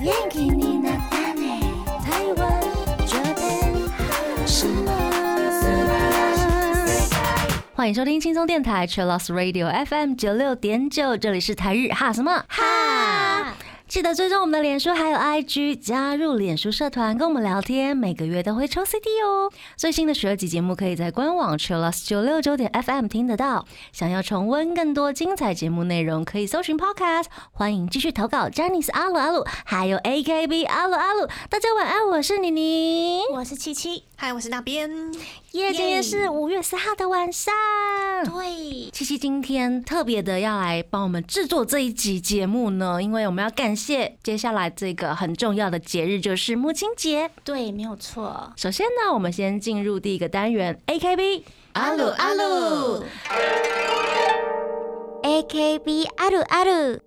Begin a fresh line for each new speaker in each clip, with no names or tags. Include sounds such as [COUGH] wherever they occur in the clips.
元気になったね台湾这边什么
欢迎收听轻松电台 Chillus Radio FM 九六点九，这里是台日哈什么哈。记得追踪我们的脸书还有 IG，加入脸书社团跟我们聊天，每个月都会抽 CD 哦。最新的十二集节目可以在官网 Chillus 九六九点 FM 听得到。想要重温更多精彩节目内容，可以搜寻 Podcast。欢迎继续投稿 j a n i c e 阿鲁阿鲁，还有 AKB 阿鲁阿鲁。大家晚安，我是妮妮。
我是七七，
嗨，我是那边。
耶，今天是五月四号的晚上。
对，
七七今天特别的要来帮我们制作这一集节目呢，因为我们要感谢接下来这个很重要的节日，就是母亲节。
对，没有错。
首先呢，我们先进入第一个单元 AKB。
阿鲁阿鲁，
AKB あるある，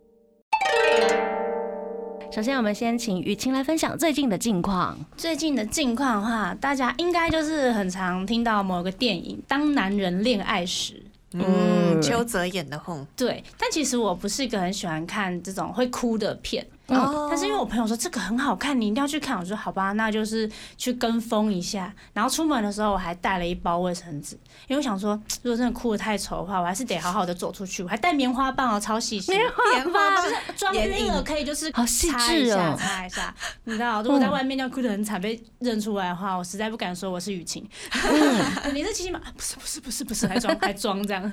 首先，我们先请雨晴来分享最近的近况。
最近的近况的话，大家应该就是很常听到某个电影《当男人恋爱时》。
嗯，邱泽演的 [LAUGHS] 红
对，但其实我不是一个很喜欢看这种会哭的片，
哦
但是因为我朋友说这个很好看，你一定要去看，我说好吧，那就是去跟风一下。然后出门的时候我还带了一包卫生纸，因为我想说，如果真的哭得太丑的话，我还是得好好的走出去。我还带棉花棒哦，超细心。
棉花棒
装
眼
晕了
影，
可以就是
好细
擦
致
一下
哦嗯
擦一下。你知道，如果在外面这样哭得很惨被认出来的话，我实在不敢说我是雨晴，
嗯
[LAUGHS] 你是七七吗？不是不是不是不是，还装还装这样。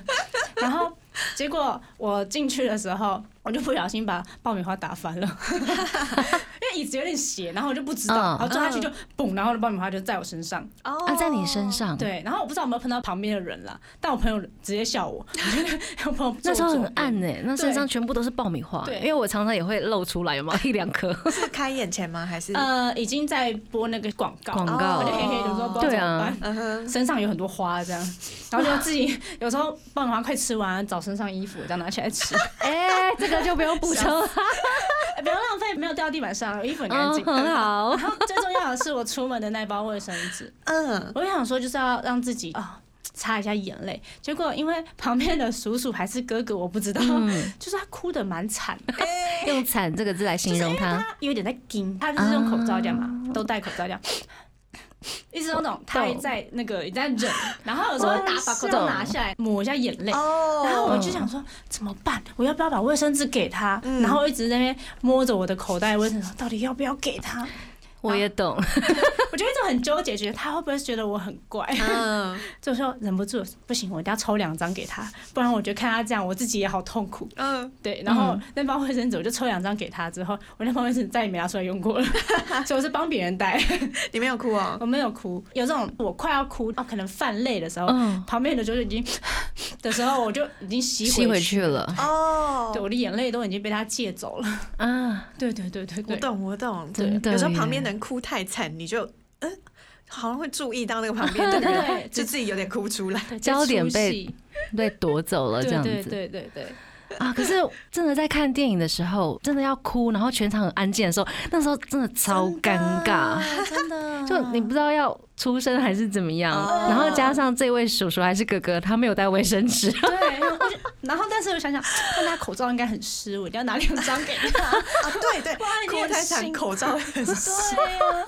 然后结果我进去的时候，我就不小心把爆米花打翻了，因为椅子有点斜，然后我就不知道，
嗯
然后坐下去就嘣，然后爆米花就在我身上。
哦
啊，在你身。上，，
对，然后我不知道有没有碰到旁边的人啦，但我朋友直接笑我， [LAUGHS] 我朋友
那时候
坐我
很
左边
暗呢、那身上全部都是爆米花，
对
因为我常常也会露出来，有没有一两颗
是开眼前吗？还是？
呃，已经在播那个广告，
广
我
告
就？黑黑的说不知
对
道怎
啊
么办。
嗯哼，
身上有很多花，这样，然后就自己有时候爆米花快吃完，找身上衣服这样拿起来吃，
[LAUGHS] 哎、这个就不用补充了，
哎不要浪费，没有掉地板上，衣服很干
嗯，
净。
很好
[LAUGHS] 然。后最重要的是，我出门的那包卫生纸，
嗯，
我想说就是要让自己啊、擦一下眼泪。结果因为旁边的叔叔还是哥哥，我不知道，
嗯，
就是他哭的蛮惨的，
用“惨”这个字来形容它，
他有点在惊，他就是用口罩这样嘛，都戴口罩这样。 [LAUGHS] 一直有那种，他也在那个也在忍， [LAUGHS] 然后有时候会打把口罩拿下来抹一下眼泪，
哦
然后我就想说怎么办？我要不要把卫生纸给他？
嗯
然后我一直在那边摸着我的口袋卫生纸，到底要不要给 [LAUGHS] 他？
我也懂。
我就一直很纠结，觉得他会不会觉得我很怪？
嗯，
[LAUGHS] 就说忍不住，不行，我一定要抽两张给他，不然我觉得看他这样，我自己也好痛苦。
[LAUGHS] 嗯，
对，然后那包卫生纸我就抽两张给他，之后我那包卫生纸再也没拿出来用过了， [LAUGHS] 所以我是帮别人带，
你没有哭哦。
我没有哭。有这种我快要哭哦，可能犯累的时候，
嗯，
旁边的就是已经 [LAUGHS] 的时候，我就已经吸
吸
回
回去了
哦
对，，我的眼泪都已经被他借走了。 [LAUGHS]
啊。
对对对对
我
对，
懂，我懂。嗯
真的
有时候
耶
旁边人哭太惨，你就嗯，好像会注意到那个旁边的
对
人， [LAUGHS] 就自己有点哭出来。
对
焦点被
出戏
被夺走了这
对
样
对
子
对对对， [LAUGHS]
啊！可是真的在看电影的时候，真的要哭，然后全场很安静的时候，那时候真的超尴尬，
真的
就你不知道要出声还是怎么样。
哦
然后加上这位叔叔还是哥哥，他没有带卫生 [LAUGHS] 纸，
对，然后我就然后但是我想想，看他口罩应该很湿，我一定要拿两张给
[LAUGHS]
他。
啊，对对，
哇你
哭
很
太惨，
辛
口罩 [LAUGHS] 很湿。
对啊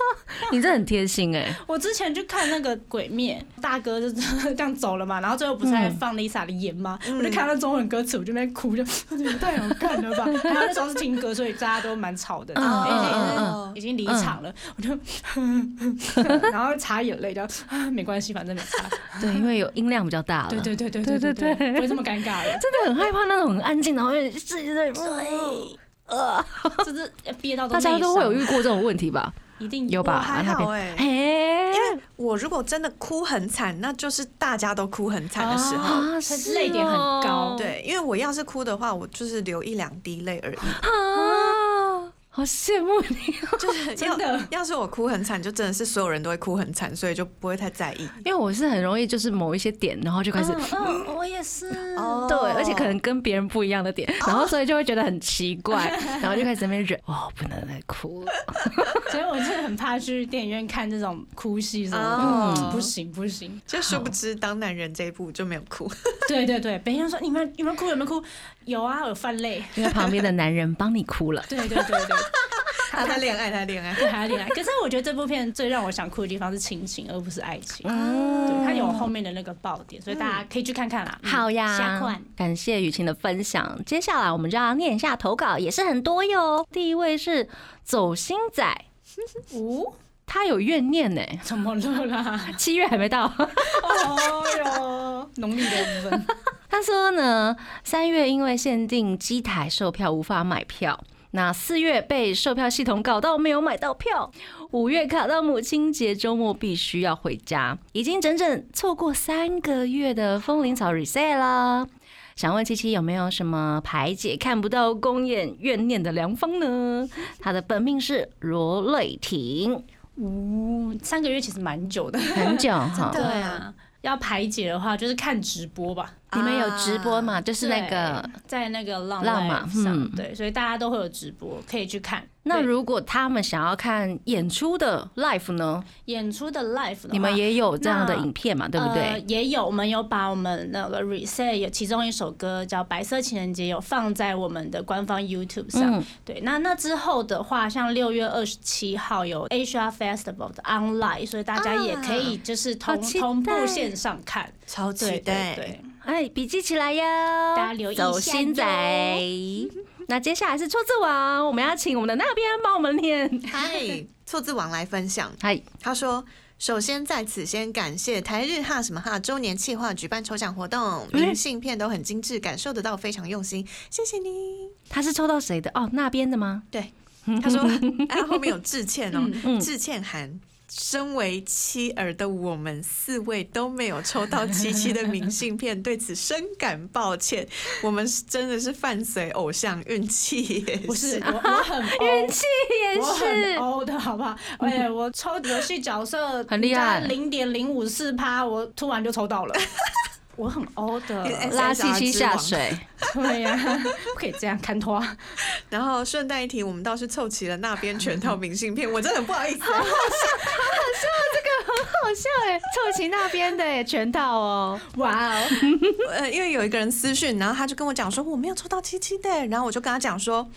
呀、
你这很贴心哎、
我之前去看那个《鬼灭》，大哥就是这样走了嘛，然后最后不是还放 Lisa 的盐吗？
嗯
我就看到中文歌词，我就在那边哭，就你们太好看了吧。然后那时候是听歌，所以大家都蛮吵的，哎
嗯
因为已经
嗯嗯嗯
已经离场了，我就 [LAUGHS] 然后擦眼泪，就 [LAUGHS] 啊没关系，反正没擦。
对，因为有音量比较大了，
对对对对
对
对
对
对
对
对，不会这么尴尬
[LAUGHS]
了，
真的很害怕那种很安静，然后又自己在。嗯哦
就是憋到
大家都会有
内
遇过这种问题 [LAUGHS] 吧？
伤一定
有
我
吧？
还
那
好
边
哎，
哎，
因为我如果真的哭很惨，那就是大家都哭很惨的时候。
啊，
他
是
泪点很
哦
高
对，因为我要是哭的话，我就是流一两滴泪 [LAUGHS] 而已。
啊，好羡慕你，
就是
真的
要要是我哭很惨，就真的是所有人都会哭很惨，所以就不会太在意。
因为我是很容易就是某一些点，然后就开始。
嗯，嗯我也是。
哦
对，而且可能跟别人不一样的点，
哦
然后所以就会觉得很奇
[LAUGHS]
怪，然后就开始在那边忍，哦，不能再哭了。
[LAUGHS] 所以我真的很怕去电影院看这种哭戏什么
哦
的，不行不行。
就殊不知《当男人》这一部就没有
[LAUGHS]
哭，
对对对，别人说你们你们哭有没有哭？有啊，有泛泪。
因为旁边的男人帮你哭了，
对对对对，
他谈恋爱，谈恋爱，
对还有恋爱。可是我觉得这部片最让我想哭的地方是亲情，而不是爱情。
嗯，
对，它有后面的那个爆点，所以大家可以去看看啦。嗯
好
下
呀
款，
感谢雨晴的分享。接下来我们就要念一下投稿，也是很多哟。第一位是走心仔，
五、
他有怨念呢，
怎么了啦？
七月还没到。
哦哟，农历的部分。
他说呢，三月因为限定机台售票无法买票，那四月被售票系统搞到没有买到票，五月卡到母亲节周末必须要回家，已经整整错过三个月的风铃草 reset 啦。想问七七有没有什么排解看不到公演怨念的良方呢？他的本命是罗瑞婷，
五三个月其实蛮久的。
很久哈
真。的
啊，要排解的话就是看直播吧。
你们有直播嘛？就是那个
对在那个浪
浪嘛
Live 上
嗯，
对，所以大家都会有直播，可以去看。
那
对
如果他们想要看演出的 l i f e 呢？
演出的 l i f e
你们也有这样的影片嘛？对不
呃
对？
也有，我们有把我们那个 reset 有其中一首歌叫《白色情人节》，有放在我们的官方 YouTube 上。
嗯，
对，那那之后的话，像六月二十七号有 Asia Festival 的 online，所以大家也可以就是同、
啊好期待
同步线上看。
超
对
期
对
待。
对，
哎，笔记起来哟，
大家留意一下哟
走心仔。 [LAUGHS] 那接下来是错字王，我们要请我们的那边帮我们念。
嗨，错字网来分享。
嗨，
他说：“首先在此先感谢台日哈什么哈周年企划举办抽奖活动，
嗯
明信片都很精致，感受得到非常用心，谢谢你。
他是抽到谁的？哦，那边的 [LAUGHS] 吗？”
[LAUGHS]
他说：“ [LAUGHS] 啊，后面有致歉
嗯
哦，致歉函。”身为妻儿的我们四位都没有抽到七七的明信片，对此深感抱歉。我们是真的是伴随偶像运气也
不
[LAUGHS]
是我我很运气
也
我很
是，
欧的好不
[LAUGHS]
好？哎，我抽游戏角色
很厉害
零点零五四趴，我突然就抽到
[LAUGHS]
了，我很欧的，
你
拉西西下水。
对呀、不可以这样看拖。
然后顺带一提，我们倒是凑齐了那边全套明信片，我真的很不好
[LAUGHS]
意思。
好笑哎，凑齐那边的哎，全套哦。
哇哦，
呃，因为有一个人私讯，然后他就跟我讲说我没有抽到七七的，然后我就跟他讲说，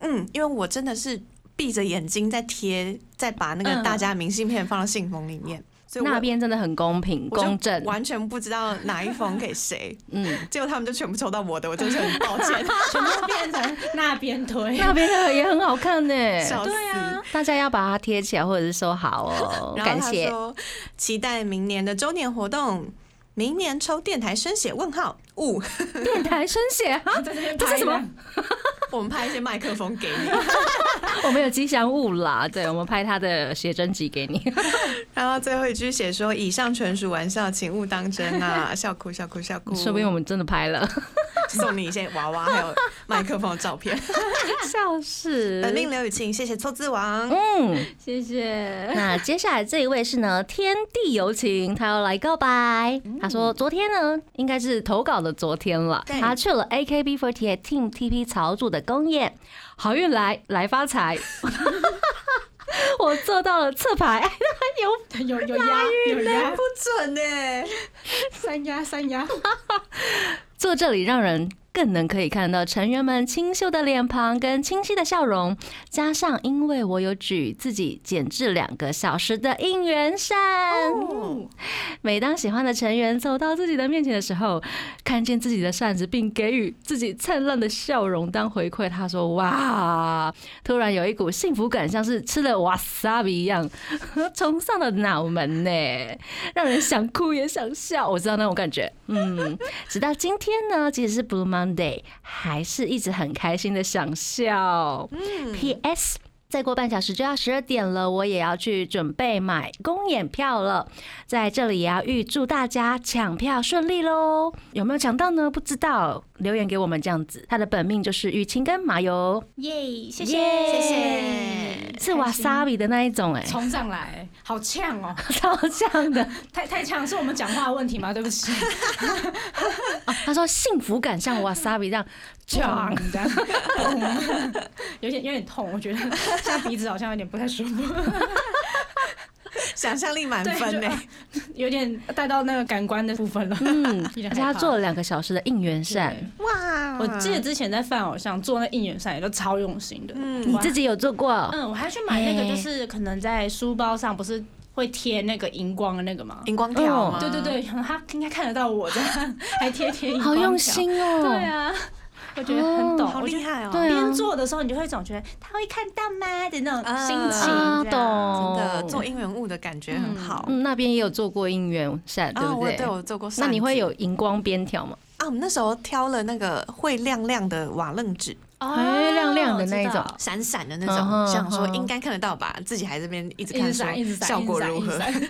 嗯，因为我真的是闭着眼睛在贴，在把那个
嗯
大家的明信片放到信封里面，所以我
那边真的很公平
我就
公正，
完全不知道哪一封给谁，
嗯，
结果他们就全部抽到我的，我真是很抱
[LAUGHS]
歉， [LAUGHS]
全部变成那边推。
那边的也很好看呢。
[LAUGHS] 笑死。
对啊
大家要把它贴起来或者是收好哦，
[LAUGHS] 然
感
后他
谢。
说期待明年的周年活动，明年抽电台生写问号
[LAUGHS]
五，
电台生写
[LAUGHS]
啊，
在这边
这是
拍
什么
呢
我们拍一些麦克风给你。
我们有吉祥物啦，对，我们拍他的写真集给
[LAUGHS]
你。
然后最后一句写说：“以上纯属玩笑，请勿当
[LAUGHS]
真啊！”笑哭笑哭笑哭。
说不定我们真的拍
[LAUGHS]
了，
送你一些娃娃，还有麦克风的
[LAUGHS]
照片。
嗯笑死
本命刘雨晴，谢谢错字王。
嗯，
谢谢。
那接下来这一位是呢，天地有情，他要来告白。
嗯
他说昨天呢，应该是投稿的昨天了，
对
他去了 AKB48 Team TP 草组的公演，好运来来发
[LAUGHS]
财。 [LAUGHS] 我做到了侧排，有
有有押，有押，
准呢、
三押三押，
坐这里让人更能可以看到成员们清秀的脸庞跟清晰的笑容，加上因为我有举自己剪至两个小时的应援扇，每当喜欢的成员走到自己的面前的时候，看见自己的扇子并给予自己灿烂的笑容当回馈，他说：“哇！”突然有一股幸福感，像是吃了瓦萨比一样， [LAUGHS] 冲上了脑门呢，让人想哭也想笑。我知道那种感觉，嗯。直到今天呢，即使是 Blue Monday，还是一直很开心的想笑。P.S.
嗯
再过半小时就要十二点了，我也要去准备买公演票了。在这里也要预祝大家抢票顺利喽！有没有抢到呢？不知道，留言给我们这样子。他的本命就是雨晴跟麻油，
耶！谢
耶
谢谢
是瓦萨比的那一种哎、
冲上来，好呛哦，
超像的。
太太呛，是我们讲话的问题吗？对不
[LAUGHS]
起，
哦他说幸福感像瓦萨比这样，
[LAUGHS] 呛的，砰有点有点痛，我觉得现在鼻子好像有点不太舒服。
想象力满分
呃
呢、
有点带到那个感官的部分了。
嗯，
[LAUGHS] 有点
而且
害怕
他做了两个小时的应援扇，
哇！
我记得之前在饭偶上做那应援扇也都超用心的。
嗯
你自己有做过？
嗯，我还去买那个，就是可能在书包上不是会贴那个荧光的那个吗？
荧光条吗、
对对，对，他应该看得到我这样，还贴贴荧光
嗯好
条
用。心哦！
对啊，我觉得很懂，
好
我觉
厉
得。
害哦！
对啊
边做的时候，你就会总觉得他会看到吗的那种心情，
啊，
这样
真的
懂。
做应援物的感觉很好。
嗯，那边也有做过应援扇，嗯对
啊，
不
我
对？
对我做过扇子。
那你会有荧光边条吗？
啊？我们那时候挑了那个会亮亮的瓦楞纸，
哦
哎亮亮的那一种
我知道
闪闪的那
嗯哼
种，想说
嗯哼
应该看得到吧，自己还这边一直
一
看
直闪，一直
说
闪，
效果如
一
何
直？闪？一直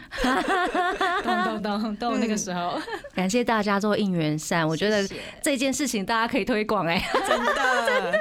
[LAUGHS]
闪懂懂懂懂，那个时
嗯
候，
感谢大家做应援扇，我觉得
谢谢
这件事情大家可以推广哎，
[LAUGHS] 真的，真的，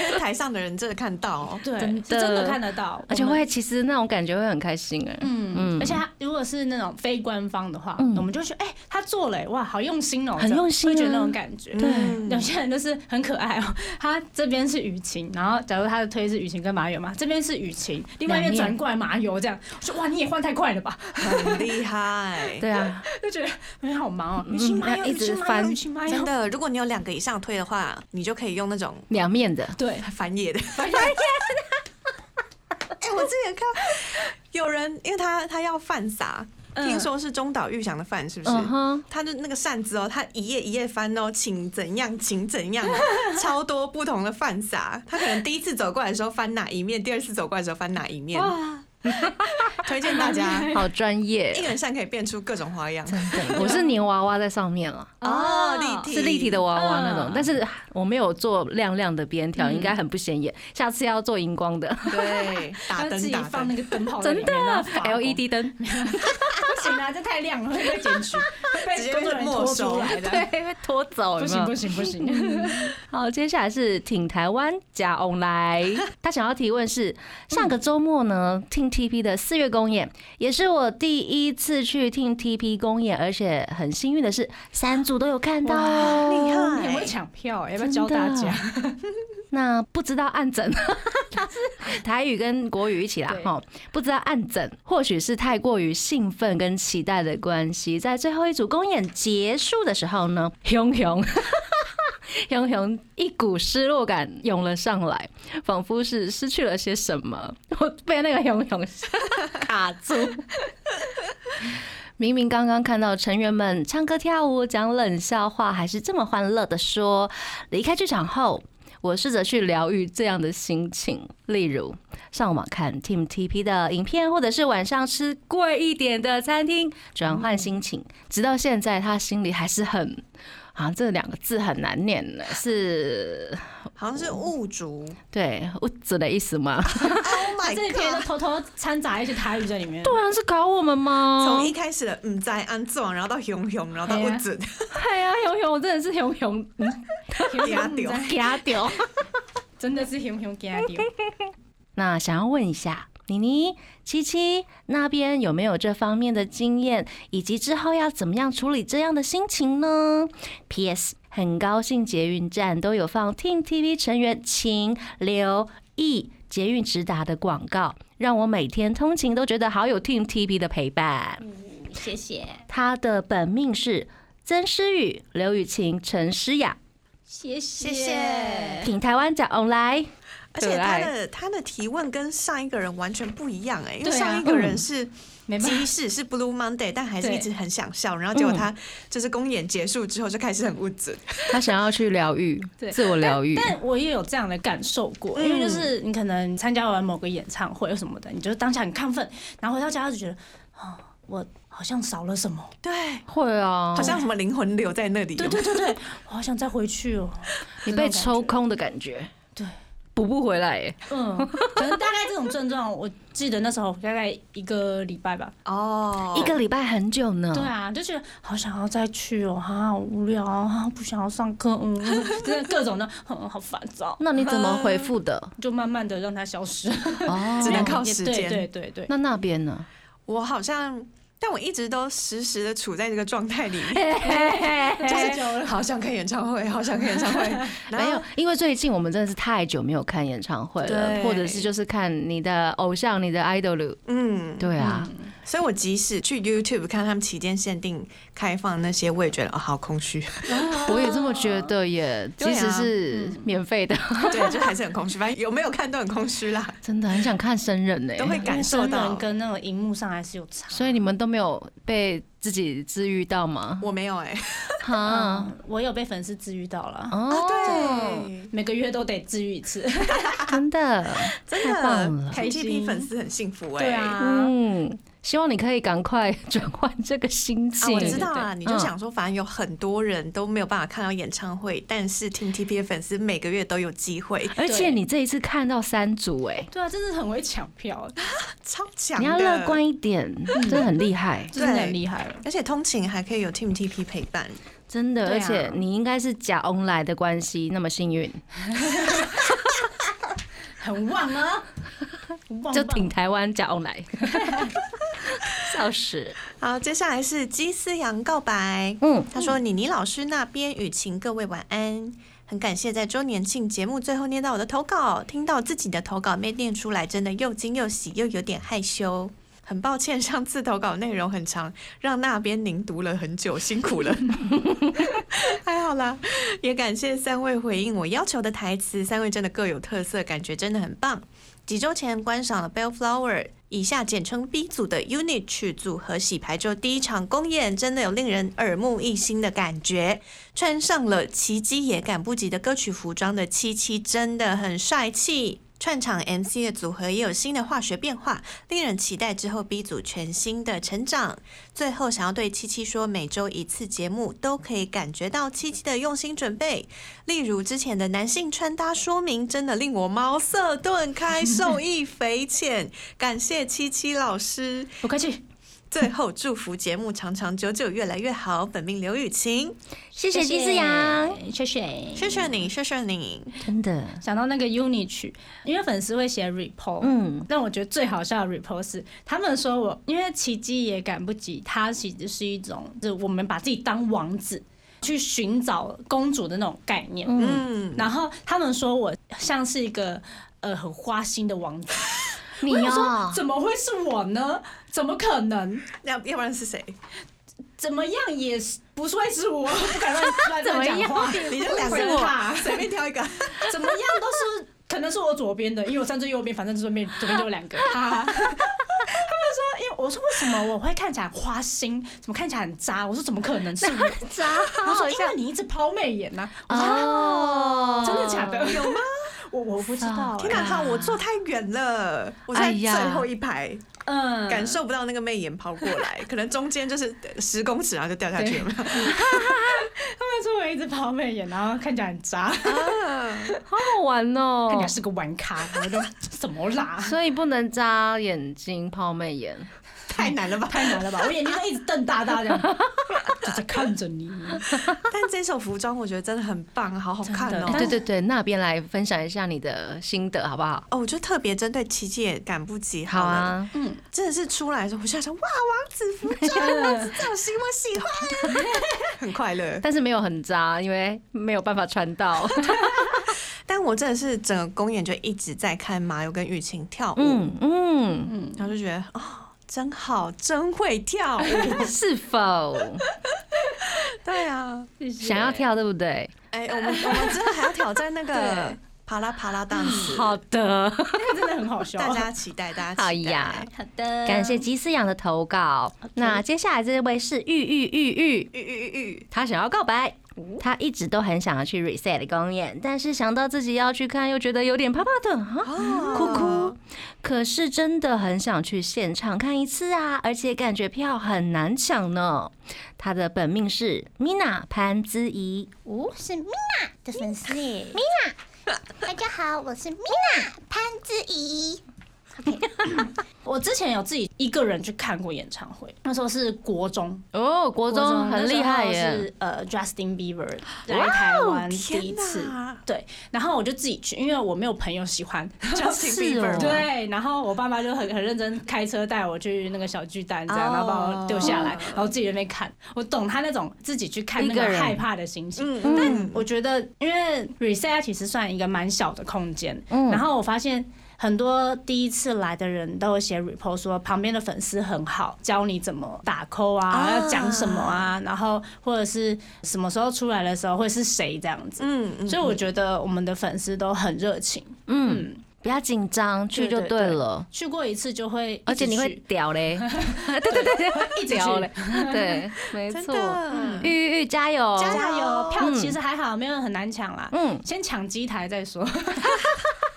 因为台上的人真的看到哦。
对，
真
是真
的
的看得到，
而且
我们
会其实那种感觉会很开心哎。
嗯，而且他如果是那种非官方的话，
嗯
我们就会觉得哎、他做了、哎哇，好用心哦、
很
这样
用心啊
会觉得那种感觉。
对
嗯
[LAUGHS] 有些人就是很可爱哦、 [LAUGHS] 他这边是雨晴，然后假如他的推是雨晴跟马友嘛，这边是雨晴，另外一边
两面
转过来马友这样，我说哇，你也换太快了吧，
很厉害。
对啊，
就觉得哎好忙哦、
嗯
雨晴马友，
要一
雨
直
晴马
翻
友，雨晴马
真
友，
的，如果你有两个以上推的话，你就可以用那种
两面的，
对，
[LAUGHS]
翻页的。
反正
哎、 [LAUGHS] 我之前看有人，因为他他要犯傻，
嗯
听说是中岛裕翔的饭，是不是？
嗯哼，
他的那个扇子哦，他一页一页翻哦，请怎样，请怎样，哦超多不同的犯傻。他可能第一次走过来的时候翻哪一面，第二次走过来的时候翻哪一面。推荐大家，
好专业
[LAUGHS] 一，人扇可以变出各种花样
对我是粘娃娃在上面了。
哦，立体
是立体的娃娃那种
嗯，
但是我没有做亮亮的边条，应该很不显眼。下次要做荧光的
对，打
他自
灯
己
打
放
灯。
那个灯泡在里
真
面，
的 E
然后发光
LED
[LAUGHS]
灯，
不行啊，这太亮了，会被检举，会
直接
被工作人员
没
拖
收
出来的，
对，被拖走，有
不
没
行
有
不行不行。
好，接下来是挺台湾加 on 来， [LAUGHS] 他想要提问是：上个周末呢，听 TP 的四月公演，也是我第一次去听 TP 公演，而且很幸运的是，三组都有看到哦，
厉害
你很会抢票、欸要不要教大
真
家啊
的？ [LAUGHS] 那不知道暗诊， [LAUGHS] 他是台语跟国语一起啦，
对
哈，不知道暗诊，或许是太过于兴奋跟期待的关系，在最后一组公演结束的时候呢，熊熊。 [LAUGHS] 熊熊一股失落感涌了上来，仿佛是失去了些什么。 [LAUGHS] 我被那个熊熊 [LAUGHS] 卡住。 [LAUGHS] 明明刚刚看到成员们唱歌跳舞、讲冷笑话，还是这么欢乐的说。离开剧场后，我试着去疗愈这样的心情，例如上网看 Team TP 的影片，或者是晚上吃贵一点的餐厅，转换心情。直到现在，他心里还是很。啊，这两个字很难念呢， [LAUGHS] 是
好像是雾
[LAUGHS]
竹
对 [LAUGHS] “物质”的意思吗？
，Oh
他 [LAUGHS]
my
这一篇都
god！
偷偷掺杂一些台语在里面。
不然是搞我们吗？
从一开始的嗯在安自王，然后到熊熊，然后到
对啊
雾
[LAUGHS]
竹，
嗨啊，熊熊，我真的是熊嗯熊，
给他丢
给他丢。
[LAUGHS] 真的是熊熊给他丢。
那想要问一下妮妮、七七那边有没有这方面的经验，以及之后要怎么样处理这样的心情呢？P.S. 很高兴捷运站都有放 Team TV 成员请留意捷运直达的广告，让我每天通勤都觉得好有 Team TV 的陪伴。
嗯谢谢，
他的本命是曾诗雨、刘雨晴、陈诗雅，
谢谢
谢谢
挺台湾讲 online。
而且
可
他
爱
的他的提问跟上一个人完全不一样哎、因为
对啊
上一个人是
没
[LAUGHS]
办
即使是 Blue Monday，但还是
对嗯
一直很想笑，然后结果他就是公演结束之后就开始很物质，
他想要去疗愈，
对
自我疗愈。
但我也有这样的感受
嗯
过，因为就是你可能参加完某个演唱会什么的，你就当下很亢奋，然后回到家就觉得，啊、我好像少了什么。
对，
会啊，
好像什么灵魂留在那里，
哦对对对对，我好想再回去哦。
[LAUGHS] 你
就
被
那种感觉
抽空的感觉，
对，
补不回来耶。
嗯，可能大概这种症状，我记得那时候大概一个礼拜吧。
哦，
一个礼拜很久呢。
对啊，就觉得好想要再去哦，啊，好无聊啊，不想要上课，嗯， [LAUGHS] 真的各种的，嗯，好烦躁，
那你怎么回复的？
就慢慢的让它消失。
哦，
[LAUGHS] 只能靠时
也
间
对对对对，
那那边呢？
我好像。但我一直都时时的处在这个状态里面，[LAUGHS]
太
就
久
是
了。
好想看演唱会， [LAUGHS] 好想看演唱
[LAUGHS]
会，然
没有
后，
因为最近我们真的是太久没有看演唱会了，
对
或者是就是看你的偶像、你的 idol。
嗯，
对啊，
所以我即使去 YouTube 看他们期间限定开放那些，我也觉得哦，好空虚。
我也这么觉得耶，
嗯 [LAUGHS] 对
即
啊
使是免费
[LAUGHS]
的，
[LAUGHS] 对，就还是很空虚。反正有没有看都很空虚啦，
真的很想看生人呢。
都会感受
哎生人
到。
跟那种荧幕上还是有差。
所以你们都没有被自己治愈到吗？
我没有哎、
哈，
嗯，我有被粉丝治愈到了，
嗯
哦，
啊对，
每个月都得治愈一次。
哦
真的，
[LAUGHS] 真
太棒
的
了
开心
KTP 粉丝很幸福哎、
对啊，
嗯，希望你可以赶快转换这个心
啊，
境。
我知道啊，
对嗯
你就想说，反正有很多人都没有办法看到演唱会，但是听 TP 的粉丝每个月都有机会，
而且你这一次看到三组，哎，
对啊，真的很会抢票，
超强
你
的。
要乐观一点，真的很厉害，
真的很厉害了。
而且通勤还可以有 Team TP 陪伴，
真的。
对
而
啊
且你应该是假 online 的关系，那么幸运，
很旺啊， [LAUGHS] 很旺
就
棒
挺台湾假 online，笑死。
好，接下来是基思阳告白。
嗯，
他说：“妮妮老师那边雨晴，各位晚安。很感谢在周年庆节目最后念到我的投稿，听到自己的投稿被念出来，真的又惊又喜，又有点害羞。很抱歉，上次投稿内容很长，让那边您读了很久，辛苦了。还好啦，也感谢三位回应我要求的台词，三位真的各有特色，感觉真的很棒。几周前观赏了 Bellflower，以下简称 B 组的 Unit 曲组合洗牌周第一场公演，真的有令人耳目一新的感觉。穿上了奇迹也赶不及的歌曲服装的七七真的很帅气。串场 MC 的组合也有新的化学变化，令人期待之后 B 组全新的成长。最后，想要对七七说，每周一次节目都可以感觉到七七的用心准备，例如之前的男性穿搭说明，真的令我茅塞顿开，受益匪浅。感谢七七老师。
不客气，
最后祝福节目长长久久，越来越好。本命刘雨晴，
谢谢金思阳，，
谢谢。
谢谢你，谢谢你。
真的，
想到那个 Uni 曲，因为粉丝会写 report，
嗯，
但我觉得最好笑的 report 是他们说我，因为奇迹也赶不及，它其实是一种，就是我们把自己当王子去寻找公主的那种概念。
嗯，
然后他们说我像是一个呃很花心的王子，
你
我想说
哦，
怎么会是我呢？怎么可能？
要要不然是谁？
怎么样也是不会是我，不敢乱乱乱讲话。
你就嗯两个
是我
人，随便挑一个。
怎么样都是可能是我左边的，因为我站最右边，反正左边左边就有 [LAUGHS] 两个。哈哈他们说，因为我说为什么我会看起来花心，怎么看起来很渣？我说怎么可能是 [LAUGHS] 我？
渣，
他说因为你一直抛媚啊眼呐、
哦
啊真的假哦的？有吗？我我不知 [LAUGHS] 道、
天哪，
欸，
好，我坐太远了，我在
哎呀
最后一排，
嗯，
感受不到那个媚眼抛过来，可能中间就是十公尺，然后就掉下去了。
他们说我一直抛媚眼，然后看起来很渣，
嗯
好好玩哦
看起来是个玩咖，我就什么啦？
所以不能扎眼睛、抛媚眼。
太难了吧？
太难了吧！我眼睛都一直瞪大大这样， [LAUGHS] 就在看着你。
[LAUGHS] 但这首服装我觉得真的很棒，好好看
真的
哦。
哎对对对，那边来分享一下你的心得好不好？
哦，我就特别针对琪琪也赶不及
好
好了，
啊，
真的是出来的时候，我就想说哇，王子服装，王子造型我喜欢，很快乐。
但是没有很扎，因为没有办法穿
[LAUGHS]
到。
但我真的是整个公演就一直在看麻友跟雨晴跳舞，
嗯嗯，
然后就觉得哦，真好，真会跳舞。
是 [LAUGHS] 否
对啊，
想要跳，对不对？
哎、我们我们真的还要挑战那个
对
啪啦啪
[LAUGHS]
啦 dance，
好的，
那个真的很好 [LAUGHS] 笑。
大家期待，大家
好嗯
期待。
呀，
好的
感谢吉思阳的投稿。那接下来这位是玉玉玉玉，
玉玉玉玉，
他想要告白，
哦
他一直都很想要去 reset 的公演，但是想到自己要去看，又觉得有点怕怕的啊。
哦，
哭哭，可是真的很想去现场看一次啊，而且感觉票很难抢呢。他的本命是 Mina 潘姿怡，
哦，是 Mina 的粉丝耶，Mina，大家好，我是 Mina 潘之怡。
我之前有自己一个人去看过演唱会，那时候是国中，
哦，国中很厉害
那时候
耶，哦
是呃 Justin Bieber 来台湾第一次
天，哪
对，然后我就自己去，因为我没有朋友
[LAUGHS]
喜欢，
Justin
是哦
Bieber 吗
对，然后我爸妈就很很认真开车带我去那个小巨蛋，这样，然后把我丢下来，然后自己在那边看。我懂他那种自己去看那
哦一个
个
人
害怕的心情。
嗯嗯，
嗯
我觉得，因为 reset 它其实算一个蛮小的空间，然后我发现很多第一次来的人都有写 report 说旁边的粉丝很好，教你怎么打 call 啊，
啊
要讲什么啊，然后或者是什么时候出来的时候会是谁这样子。
嗯嗯，
所以我觉得我们的粉丝都很热情，
嗯，不要紧张，去就对了。
去过一次就会一直去，
而且你会屌嘞，对对对对， [LAUGHS] 一
直去
屌嘞，对，没
真
错。嗯
的
玉玉玉加油！
加油，
哦
票
嗯
其实还好，没有很难抢啦，
嗯，
先抢机台
[LAUGHS]
再说。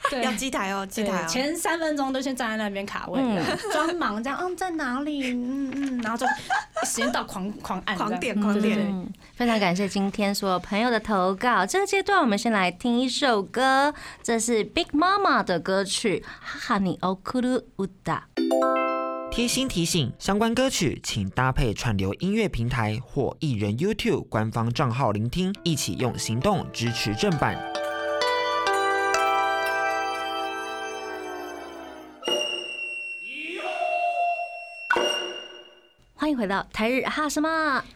对
要机台哦，机
对
台哦，
前三分钟都先站在那边卡位
嗯，
装忙这样，嗯，在哪里？嗯嗯，然后就
[LAUGHS]
时间到狂狂按这样，
狂点狂
对对
点，
对
嗯，非常感谢今天所有朋友的投稿。这个阶段，我们先来听一首歌，这是 Big Mama 的歌曲《哈哈你 o k u r u d a
贴心提醒：相关歌曲请搭配串流音乐平台或艺人 YouTube 官方账号聆听，一起用行动支持正版。
欢迎回到台日哈什么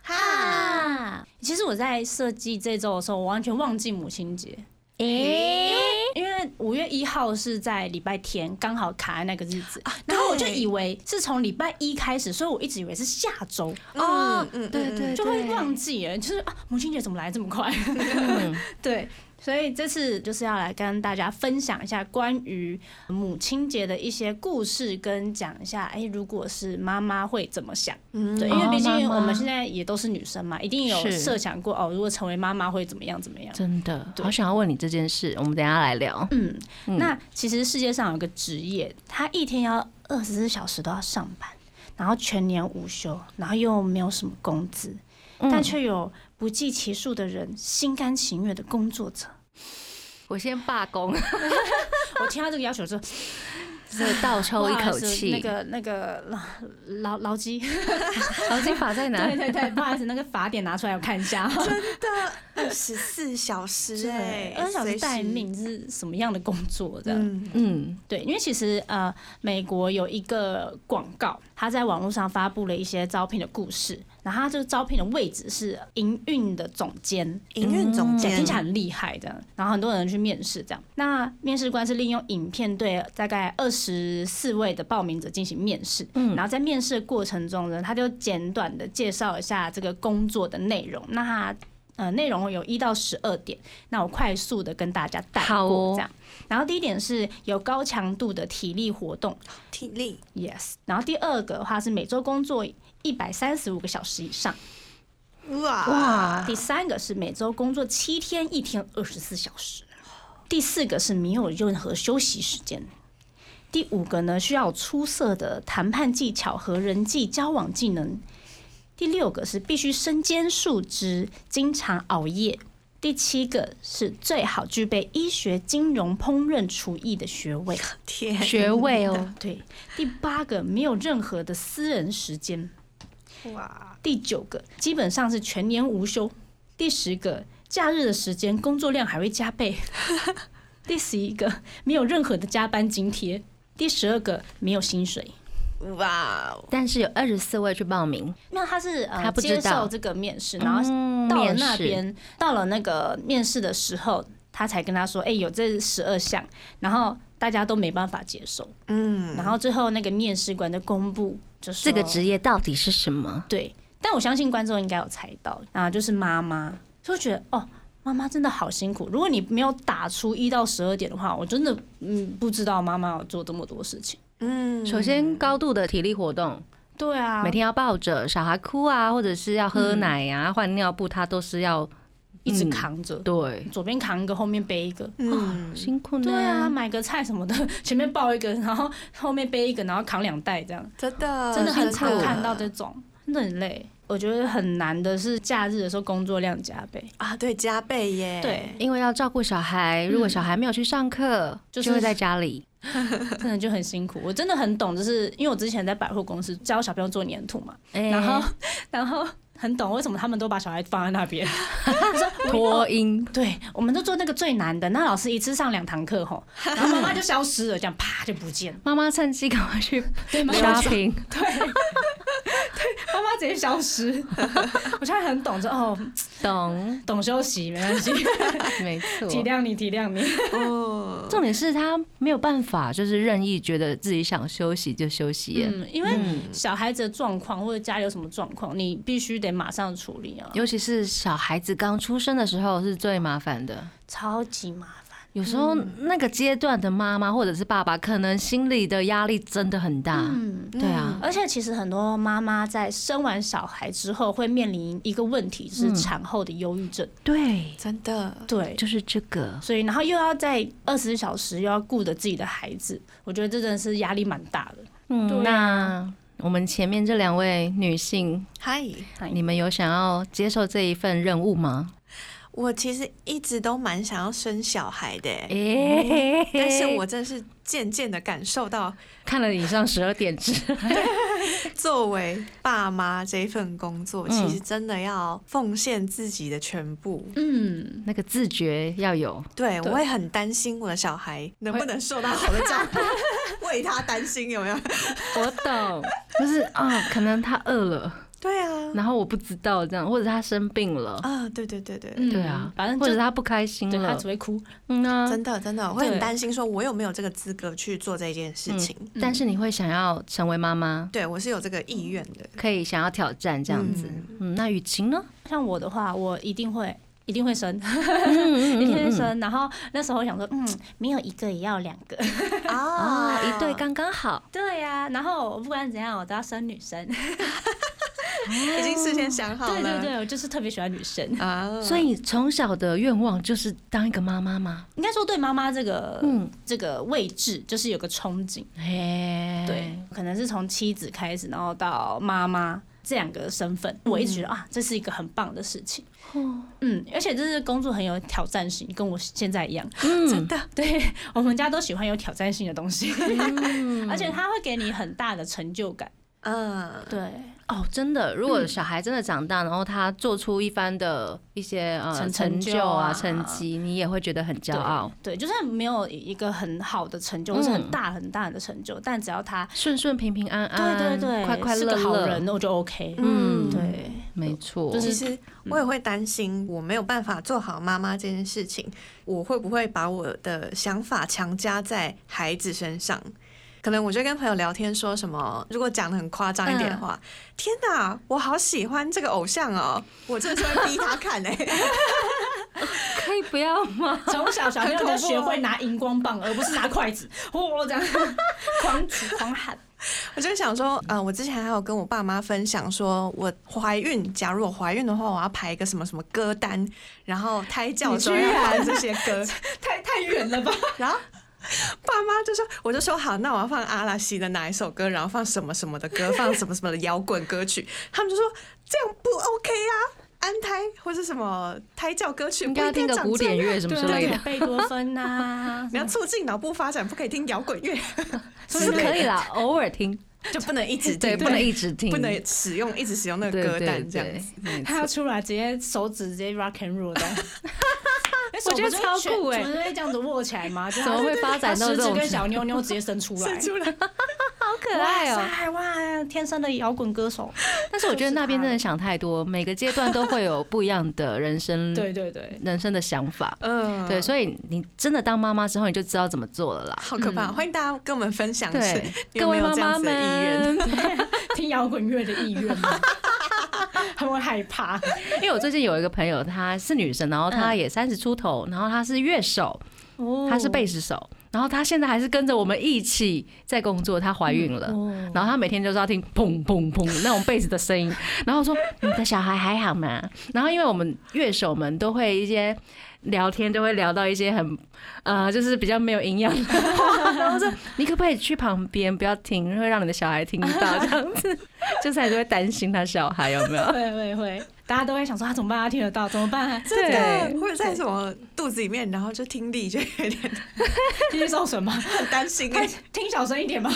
哈，
啊？
其实我在设计这周的时候，我完全忘记母亲节，
诶、
因为五月一号是在礼拜天，刚好卡在那个日
啊
子，然后我就以为是从礼拜一开始，所以我一直以为是下周，
嗯嗯，嗯
对对，对
就会忘记哎，就是啊，母亲节怎么来这么快？
嗯
[LAUGHS] 对，所以这次就是要来跟大家分享一下关于母亲节的一些故事，跟讲一下，哎、如果是妈妈会怎么想？
嗯
对，因为
哦
毕竟
妈妈
我们现在也都是女生嘛，一定有
是
设想过哦，如果成为妈妈会怎么样怎么样。
真的，
对
好想要问你这件事，我们等一下来聊。
嗯，
嗯
那其实世界上有个职业，他一天要二十四小时都要上班，然后全年无休，然后又没有什么工资，但却有不计其数的人心甘情愿的工作者。
我先罢 [LAUGHS] 工，
[LAUGHS] 我听到这个要求之后，
就是倒抽一
不好意
口
思
气。
那个那个劳劳劳基， [LAUGHS]
劳基法在 [LAUGHS] 哪？
对对对，不好意思，那个法典拿出来我看一 [LAUGHS] 下。
二十四小时
[LAUGHS]
哎，
二十小时
随时
待，命是什么样的工作？这样、
嗯，
嗯
对，因为其实呃，美国有一个广告，他在网络上发布了一些招聘的故事，然后他这个招聘的位置是营运的总监，
营运总
讲
监
嗯听起来很厉害这样，然后很多人去面试这样。那面试官是利用影片对大概二十四位的报名者进行面试，
嗯
然后在面试的过程中呢，他就简短的介绍一下这个工作的内容。那他呃内容有一到十二点，那我快速的跟大家带
好哦
过这样。然后第一点是有高强度的体力活动
体力，
，yes。然后第二个的话是每周工作一百三十五个小时以上。
哇
哇，
第三个是每周工作七天，一天二十四小时。第四个是没有任何休息时间。第五个呢，需要有出色的谈判技巧和人际交往技能。第六个是必须身兼数职，经常熬夜。第七个是最好具备医学、金融、烹饪、厨艺的学位。
天，
学位
[LAUGHS]
哦，
对，第八个没有任何的私人时间。
哇，
第九个基本上是全年无休，第十个假日的时间工作量还会加 [LAUGHS] 倍，第十一个没有任何的加班津贴，第十二个没有薪水。
哇哦，
但是有二十四位去报名，
那他是呃
他不知
接
道
受这个面试，然后
嗯
到了
面
那
试
边，到了那个面试的时候，他才跟他说，哎、有这十二项，然后大家都没办法接受，
嗯，
然后最后那个面试官就公布，就
这
说
个职业到底是什么？
对，但我相信观众应该有猜到，啊，就是妈妈，就会觉得哦，妈妈真的好辛苦。如果你没有打出一到十二点的话，我真的嗯不知道妈妈有做这么多事情。
嗯，
首先，高度的体力活动，
对啊，
每天要抱着小孩哭啊，或者是要喝奶啊、换尿布，他都是要嗯
一直扛着，
对
左边扛一个，后面背一个。
嗯，
辛苦呢。
对啊，，买个菜什么的， [LAUGHS] 前面抱一个，然后后面背一个，然后扛两袋这样。
真的
真的很
呃辛
常
苦啊
看到这种，真的很累。我觉得很难的是假日的时候工作量加倍，
啊，对，加倍耶，
对，
因为要照顾小孩，如果小孩没有去上课，
嗯就是
就会在家里。
真的就很辛苦。我真的很懂，就是因为我之前在百货公司教小朋友做粘土嘛，然
然
[LAUGHS] 后，然后很懂为什么他们都把小孩放在那 [LAUGHS] 边。
脱音，
对，我们都做那个最难的，那老师一次上两堂课 [LAUGHS] 吼，然后妈妈就消失了，这样啪就不见了。
妈妈趁机赶快去
对，妈妈就
shopping。
[LAUGHS] 对，对，妈妈直接消失。我现在很懂，就哦，
懂，
懂休息没关系，
没
[LAUGHS]
错。
体谅你，体谅你。
哦，
重点是他没有办法，就是任意觉得自己想休息就休息耶，
嗯，因为小孩子的状况或者家里有什么状况，你必须得马上处理啊，
尤其是小孩子刚出生的时候是最麻烦的。
超级麻烦。
有时候
嗯
那个阶段的妈妈或者是爸爸，可能心里的压力真的很大。
嗯，
对啊，
而且其实很多妈妈在生完小孩之后会面临一个问题，就是产后的忧郁症。
对，
真的，
对，
就是这个。
所以然后又要在二十小时又要顾着自己的孩子，我觉得这真的是压力蛮大的。对
嗯，
啊
那我们前面这两位女性，
嗨，
你们有想要接受这一份任务吗？
我其实一直都蛮想要生小孩的欸，
诶、
但是我真的是渐渐的感受到，
看了以上十二点之
作为爸妈这份工作，其实真的要奉献自己的全部。
嗯，
那个自觉要有，
对，我会很担心我的小孩能不能受到好的照顾， [LAUGHS] 为他担心有没有？
我懂，就是啊、可能他饿了，
对啊，
然后我不知道这样，或者他生病了，
啊，对对对
嗯
对，
对啊，
反正
或者
就
他不开心
对他
了
只，会哭。
嗯啊，
真的真的，我会很
对
担心，说我有没有这个资格去做这件事情？
但是你会想要成为妈妈，
对我是有这个意愿的。
可以想要挑战这样子，嗯，那雨晴呢？
像我的话，我一定会。一定会
[LAUGHS]
生，
嗯
一定会生。然后那时候我想说，嗯，没有一个也要两个。 [LAUGHS]
啊
哦
啊，一对刚刚好，
对呀、然后我不管怎样，我都要生女生。
已经事先想好
对
了。
对对，我就是特别喜欢女生。
啊，
所以你从小的愿望就是当一个妈妈吗？
应该说对妈妈这个、
嗯
这个位置，就是有个憧憬。
哎，
对，可能是从妻子开始，然后到妈妈这两个身份，
嗯
我一直觉得啊，这是一个很棒的事情。
哦
嗯，而且这是工作很有挑战性，跟我现在一样。
嗯，
[LAUGHS] 对我们家都喜欢有挑战性的东西，
嗯
[LAUGHS] 而且它会给你很大的成就感。
嗯，
对，
哦，真的，如果小孩真的长大，然后他做出一番的一些呃
成
成
成
就
就
啊、
啊
成绩，你也会觉得很骄
对
傲，
对，就算没有一个很好的成就，或是
嗯
很大很大的成就，但只要他
顺顺平平安
对对
安，
对，
快快
是
乐
个好人，
乐，
那我就 OK。
嗯，
对，
没错，
就是
其实我也会担心，我没有办法做好妈妈这件事情，我会不会把我的想法强加在孩子身上？可能我就跟朋友聊天说什么，如果讲的很夸张一点的话，天哪，我好喜欢这个偶像哦，我真的是会逼他看哎、
可以不要吗？
从小小
哦
朋友就学会拿荧光棒，而不是拿筷子， [LAUGHS] 哦，这样狂举狂喊。
[LAUGHS] 我就想说，呃，我之前还有跟我爸妈分享说，我怀孕，假如我怀孕的话，我要排一个什么什么歌单，然后胎教的时候要放这些歌，
太太远了吧？
然后 [LAUGHS] 爸妈就说，我就说好，那我要放阿拉西的哪一首歌，然后放什么什么的歌，放什么什么的摇滚歌曲， [LAUGHS] 他们就说这样不 OK 啊，安胎或是什么胎教歌曲
应
不
该要
应
听
该
个
长
古
这
典
样。
乐什么之类的，
贝多芬
啊
呐、
你要促进脑部发展，不可以听摇滚乐，
[LAUGHS] 是可以啦，偶尔
[LAUGHS]
听，
就不能一直
对，
听，
不能一直听，
不能使用一直使用那个
对
歌
对
单这样子
对。，没
[LAUGHS] 他
错
要出来直接手指直接 rock
[LAUGHS]
and roll 的。
我觉得超酷欸
哎，怎么会这样子握起来吗？
[LAUGHS]
就
怎么会发展到这
食指
种
跟小妞妞直接伸出来
[LAUGHS]
生？出来，
好可爱哦
哇！塞哇，天生的摇滚歌手。
但是我觉得那边真的
的，
想太多，每个阶段都会有不一样的人
[LAUGHS]
生
对对对， [LAUGHS]
人生的想法。
嗯，
对，所以你真的当妈妈之后，你就知道怎么做了啦。
好可怕！欢迎大家跟我们分享，是
嗯对，
你
各
有
位
没有
妈
这样
妈
子的意愿？ [LAUGHS]
们，
听摇滚乐的意愿吗？ [LAUGHS] 他们会害怕。
因为我最近有一个朋友，她是女生，然后
嗯
她也三十出头，然后她是乐手，
哦
她是贝斯手，然后她现在还是跟着我们一起在工作，她怀孕了，然后她每天就是要听砰砰砰那种贝斯的声音，然后说你的小孩还好吗？然后因为我们乐手们都会一些。聊天都会聊到一些很，呃，就是比较没有营养的话， [LAUGHS] 然后说你可不可以去旁边，不要听，会让你的小孩听到这样子，就是还是会担心他小孩有没 [LAUGHS]
[LAUGHS]
有？
会会会，大家都会想说他啊怎么办？他听得到怎么办？啊
真
对
的，或者在什么肚子里面，然后就听力就有点
听力受损吗？ [LAUGHS]
很
[LAUGHS]
担心哎，
听小声一点吧。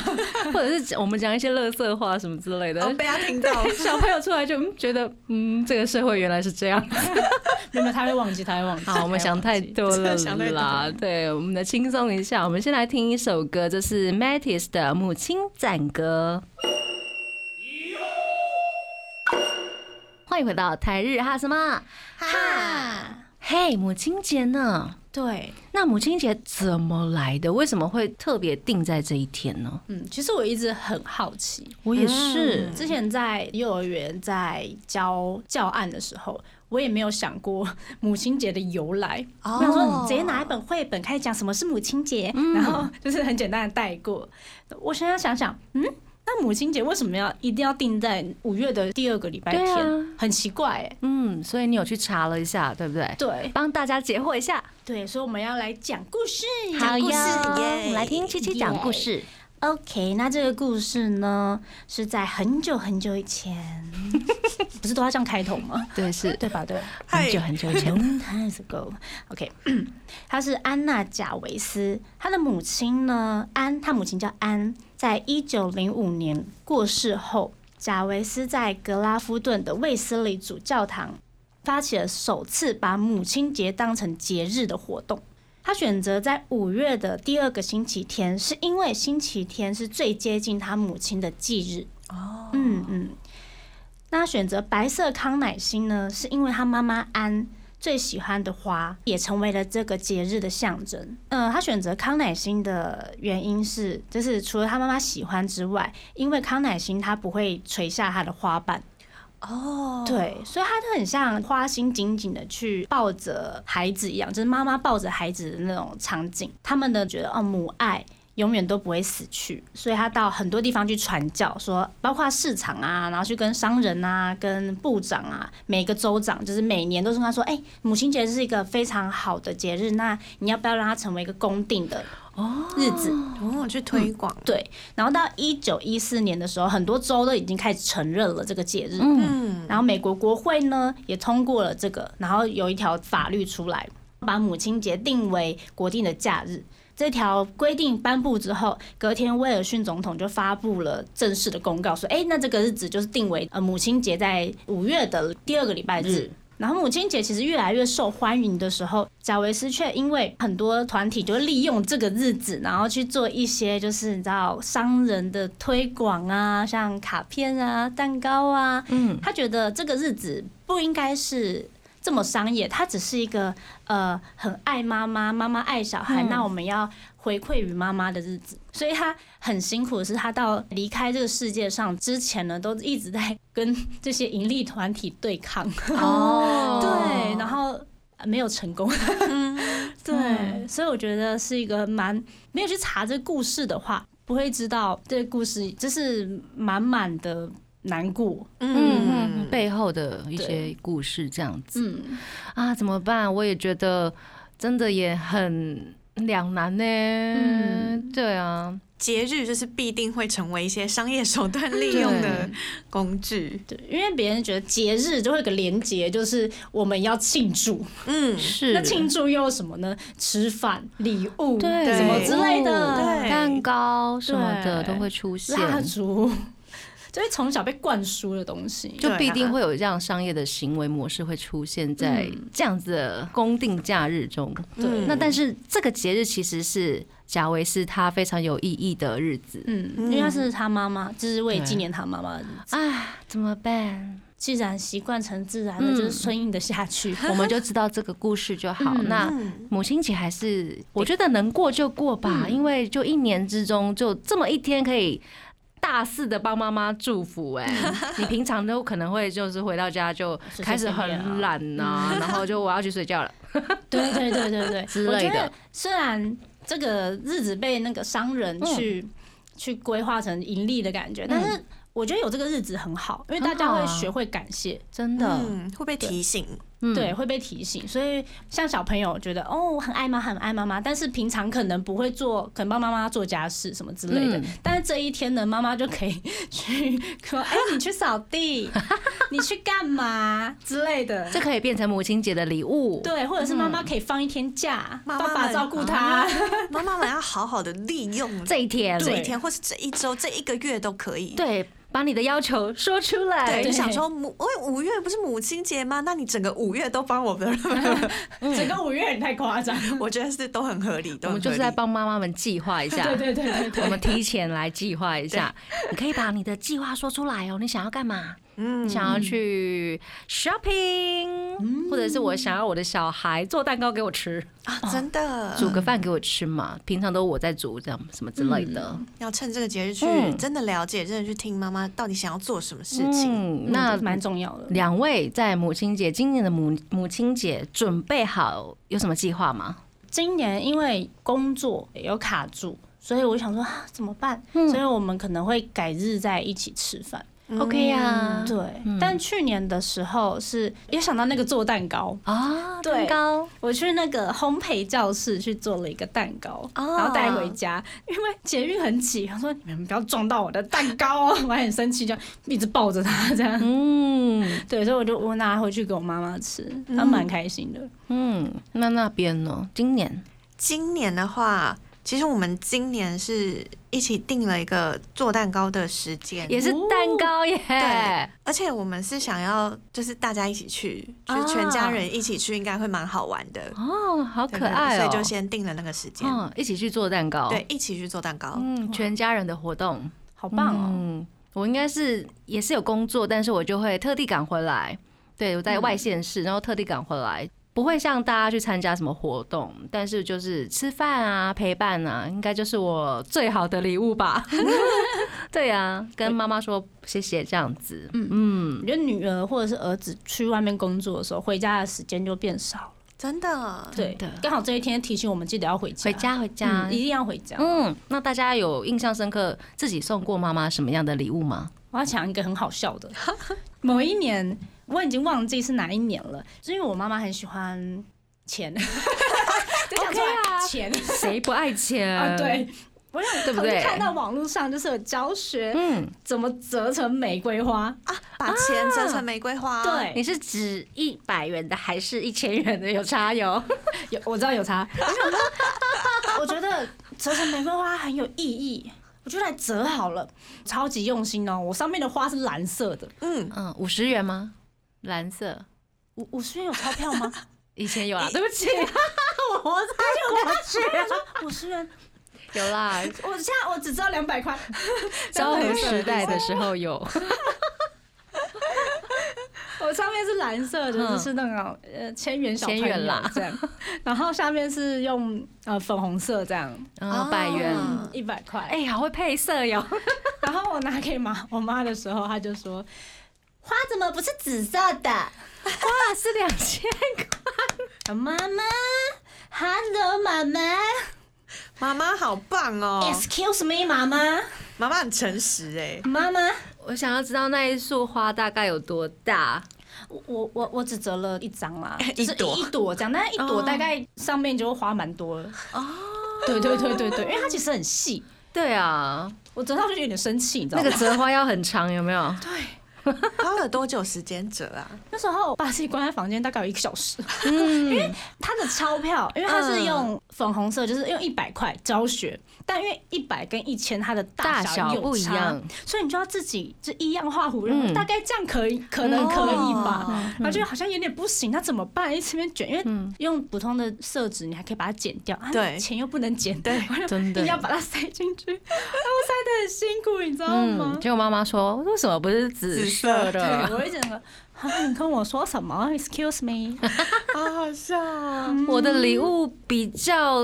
或者是讲我们讲一些乐色话什么之类的。
然后哦被他听到。
小朋友出来就嗯觉得，嗯，这个社会原来是这样。
没有，他会忘记，他会忘 [LAUGHS] 记。
好，我们想太多
真
了
的想太多
啦
了。
对，我们来轻松一下。我们先来听一首歌，这是 Mattis 的《母亲赞歌》。欢迎回到台日哈什么？
哈，
嘿，母亲节呢？
对，
那母亲节怎么来的？为什么会特别定在这一天呢？
嗯，其实我一直很好奇，嗯
我也是，
之前在幼儿园在教教案的时候，我也没有想过母亲节的由来。
哦
我想说直接拿一本绘本开始讲什么是母亲节，
嗯
然后就是很简单的带过。我现在想想，嗯。那母亲节为什么要一定要定在五月的第二个礼拜
对
天？
啊
很奇怪哎、
嗯，所以你有去查了一下，对不对？
对
帮大家解惑一下。
对，所以我们要来讲故事。
好
故事
呀，
耶
我们来听七七讲故事。
OK，那这个故事呢，是在很久很久
[LAUGHS]
以前，不是都要这样开头吗？
对，是
对吧？对吧。
很久
嗨
很久以前，
[LAUGHS]
Long time ago。OK，她 [CLEARS THROAT] 是安娜·贾维斯，她的母亲呢，安，她母亲叫安，在一九零五年过世后，贾维斯在格拉夫顿的卫斯理主教堂发起了首次把母亲节当成节日的活动。他选择在五月的第二个星期天，是因为星期天是最接近他母亲的忌日。哦，嗯嗯。那他选择白色康乃馨呢，是因为他妈妈安最喜欢的花，也成为了这个节日的象征。呃，他选择康乃馨的原因是，就是除了他妈妈喜欢之外，因为康乃馨它不会垂下它的花瓣，
哦，
对，所以他就很像花心紧紧的去抱着孩子一样，就是妈妈抱着孩子的那种场景。他们的觉得哦，母爱永远都不会死去，所以他到很多地方去传教，说包括市场啊，然后去跟商人啊、跟部长啊，每个州长，就是每年都是跟他说，哎、母亲节是一个非常好的节日，那你要不要让它成为一个公定的日子？
哦，去推广，
对，然后到一九一四年的时候，很多州都已经开始承认了这个节日。
嗯，
然后美国国会呢也通过了这个，然后有一条法律出来，把母亲节定为国定的假日。这条规定颁布之后，隔天威尔逊总统就发布了正式的公告，说：“哎，那这个日子就是定为呃母亲节在五月的第二个礼拜日。然后母亲节其实越来越受欢迎的时候，贾维斯却因为很多团体就利用这个日子，然后去做一些就是你知道商人的推广啊，像卡片啊、蛋糕啊，嗯，他觉得这个日子不应该是这么商业，它只是一个呃很爱妈妈，妈妈爱小孩，那我们要回馈于妈妈的日子。所以他很辛苦的是，他到离开这个世界上之前呢，都一直在跟这些盈利团体对抗。
哦嗯
对，然后呃没有成功。 [LAUGHS] 对，所以我觉得是一个蛮没有去查这故事的话，不会知道这个故事就是满满的难过。
嗯，背后的一些
对
故事这样子
嗯，
啊，怎么办？我也觉得真的也很两难呢。
嗯
对啊，
节日就是必定会成为一些商业手段利用的工具，
对，因为别人觉得节日就会有个连结，就是我们要庆祝。
嗯，
是
那庆祝又有什么呢？吃饭、礼物，
对哦
什么
对
之类的。
对
蛋糕什么的
对
都会出现，
蜡烛， [LAUGHS] 就是从小被灌输的东西。
就必定
对啊
会有这样商业的行为模式会出现在
嗯
这样子的公定假日中。
对
那但是这个节日其实是贾维斯他非常有意义的日子。
嗯，因为他是他妈妈，就是为纪念他妈妈的日子。
啊，怎么办？
既然习惯成自然的，
嗯
就是顺应的
[LAUGHS]
下去。
我们就知道这个故事就好。
嗯
那母亲节还是我觉得能过就过
嗯
吧，因为就一年之中就这么一天可以。大肆的帮妈妈祝福、
[LAUGHS]
哎，你平常都可能会就是回到家就
随随
开始
便便
很
啊
懒呐、
[LAUGHS]
然后就我要去睡觉了。
对对对对对，
之
我
类
觉
的
得虽然这个日子被那个商人
嗯
去、去规划成盈利的感觉，但是我觉得有这个日子很好，因为大家
很好
会
啊嗯
学会感谢，
真的，
嗯，会被提醒，
对，会被提醒。所以像小朋友觉得哦，我很爱妈，很爱妈妈，但是平常可能不会做，可能帮妈妈做家事什么之类的。
嗯
但是这一天呢，妈妈就可以 [LAUGHS] 去说，哎、你去扫地， [LAUGHS] 你去干嘛之类的。
这可以变成母亲节的礼物。
对，或者是妈妈可以放一天假，
妈妈
爸爸
们啊
照顾 [LAUGHS] 她。
嗯妈妈们要好好的利用
这一天，
这
对
一天，或是这一周、这一个月都可以。
对，把你的要求说出来。
对，你
对
想说母，因为五月不是母亲节吗？那你整个五月都帮我们 [LAUGHS] 了，
整个五月你太夸张。
我觉得是都很合理，都
我
很合
们
理。
就是在帮妈妈们计划一下。
[LAUGHS]
[LAUGHS]
对对对对对
我们提前来计划一下，你可以把你的计划说出来哦，你想要干嘛？
嗯
想要去 shopping，、或者是我想要我的小孩做蛋糕给我吃，
啊，真的
煮个饭给我吃嘛。平常都我在煮，这样什么之类的。
要趁这个节日去
嗯
真的了解，真的去听妈妈到底想要做什么事情。
嗯，那
嗯蛮重要的。
两位在母亲节，今年的母母亲节准备好有什么计划吗？
今年因为工作有卡住，所以我想说啊怎么办？所以我们可能会改日在一起吃饭。
OK 呀
对，但去年的时候是也想到那个做蛋糕，
啊，蛋
对
糕，
我去那个烘焙教室去做了一个蛋糕，
哦
然后带回家，因为捷运很挤，他说你们不要撞到我的蛋糕哦，我 [LAUGHS] 还很生气，这样一直抱着它这样。
嗯
[LAUGHS] 对，所以我就我拿回去给我妈妈吃，她蛮开心的。
嗯，那那边呢？今年
哦今年的话，其实我们今年是一起定了一个做蛋糕的时间，
也是蛋糕耶，
对而且我们是想要就是大家一起去，就是全家人一起去，应该会蛮好玩的。
哦，啊好
对
可爱哦，
对对所以就先定了那个时间，
嗯，一起去做蛋糕，
对，一起去做蛋糕。
嗯，全家人的活动，
好棒哦！
嗯，我应该是也是有工作，但是我就会特地赶回来。对，我在外县市，然后特地赶回来，不会像大家去参加什么活动，但是就是吃饭啊、陪伴啊，应该就是我最好的礼物 [LAUGHS] 吧。对啊，跟妈妈说谢谢这样子。嗯
我觉得女儿或者是儿子去外面工作的时候，回家的时间就变少了。
真的，
对
真的，
刚好这一天提醒我们记得要回家，
回家回家
嗯，一定要回家。
嗯，那大家有印象深刻自己送过妈妈什么样的礼物吗？
我要讲一个很好笑 [LAUGHS] 的，某一年我已经忘记是哪一年了，是因为我妈妈很喜欢钱， [LAUGHS] 就想出来钱
谁不爱钱
啊，对。我想
对不对
我就看到网络上就是有教学
嗯，
怎么折成玫瑰花，
把钱折成玫瑰花，，
你
对，
是指一百元的还是一千元的？有差有。
有我知道有差。我想说， [LAUGHS] 我觉得折成玫瑰花很有意义，我就来折好了，超级用心哦。我上面的花是蓝色的，
嗯，
嗯，五十元吗？蓝色，
五五十元有钞票 [LAUGHS] 吗？
以前有啦，啊对不起，
啊五十元，
有 [LAUGHS] 啦，
我现在我只知道两百块，
昭和时代的时候有，
[LAUGHS] 我上面是蓝色的，
嗯
就是那种呃千元小朋
千元
友
啦
这样，然后下面是用呃粉红色这样
嗯，百元，
嗯
一百块。
哎，好会配色哟，
[LAUGHS] 然后我拿给妈我妈的时候，她就说
花怎么不是紫色的？
哇，是两千，：“
妈妈
Hello，妈妈。
妈妈好棒哦，
，excuse me，妈妈，
妈妈很诚实哎，
妈妈，
我想要知道那一束花大概有多大，
我我我我只折了一
[LAUGHS]
张啦，就是
一朵
一朵这样，但一朵
哦
大概上面就花蛮多了。哦， [LAUGHS] 对对对对对，因为它其实很细，
对啊，
我折到就有点生气，你知道
那
吗
个？折花要很长，有没有？
花了多久时间折
[LAUGHS]
啊？
那时候把自己关在房间大概有一个小时，
嗯
因为他的钞票，因为他是用粉红色，就是用一百块教学，但因为一百跟一千它的
大
小
小
有
不一
差
样，
所以你就要自己就依样画虎，
嗯
大概这样可以，可能可以吧。
哦
然后就好像有点不行，那怎么办？一直这边卷，因
嗯
为用普通的色纸，你还可以把它剪掉，啊
对
钱又不能剪，对， [LAUGHS]
真
一定要
的。
把它塞进去， [LAUGHS] 啊，我塞的很辛苦，你知道吗
嗯，？结果妈妈说，为什么不是紫色的？
对，我会整个，啊，你跟我说什么
[LAUGHS]
？Excuse me，
好好笑哦， [LAUGHS]
我的礼物比较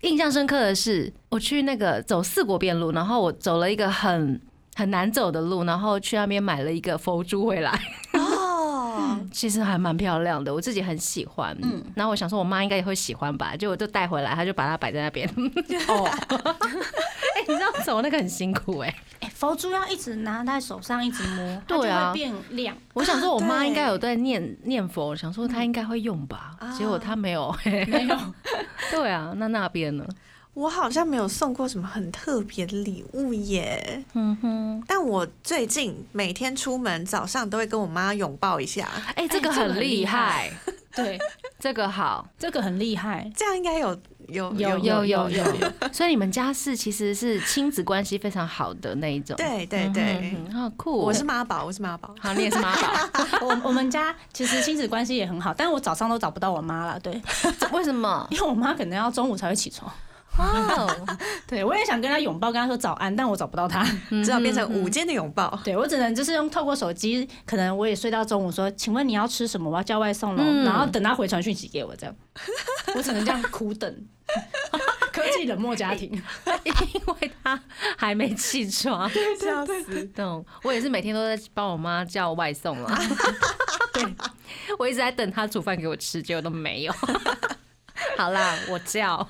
印象深刻的是，我去那个走四国遍路，然后我走了一个很很难走的路，然后去那边买了一个佛珠回来，
哦，
[LAUGHS] 其实还蛮漂亮的，我自己很喜欢。嗯，然后我想说我妈应该也会喜欢吧，结果我就带回来，她就把它摆在那边。 [LAUGHS] 哦，哎，你知道走那个很辛苦哎、
哎，佛珠要一直拿在手上，一直摸，它
对啊
就会变亮。
我想说我妈应该有在念念佛，想说她应该会用吧，结果她没有。
啊没有，
[LAUGHS] 对啊，那那边呢？
我好像没有送过什么很特别的礼物耶，
嗯哼，
但我最近每天出门早上都会跟我妈拥抱一下，
哎，这
这
个
个
很厉
很厉
害
害，对，
这个好。
这个很厉害。
这样应该有有
[LAUGHS]
有
有有有，所以你们家是其实是亲子关系非常好的那一种。
对
嗯
对
哼
对，
嗯哼嗯好酷哦。
我是妈宝，我是妈宝，
好，你也是妈
[LAUGHS]
宝，
我我们家其实亲子关系也很好，但我早上都找不到我妈了，对，
为什么？
因为我妈可能要中午才会起床。
哦，
对我也想跟他拥抱，跟他说早安，但我找不到 [LAUGHS] 他。
只好
嗯
变成午间的拥抱。
对我只能就是用透过手机，可能我也睡到中午说，请问你要吃什么？我要叫外送喽、
嗯
然后等他回传讯息给我，这 [LAUGHS] 样，我只能这样苦等。 [LAUGHS] 科技冷漠家庭，
因为他还没起
[LAUGHS]
床。
笑死！
懂，我也是每天都在帮我妈叫外送
[LAUGHS]
啦。对，我一直在等她煮饭给我吃，结果都
[LAUGHS]
没有。好啦，我叫，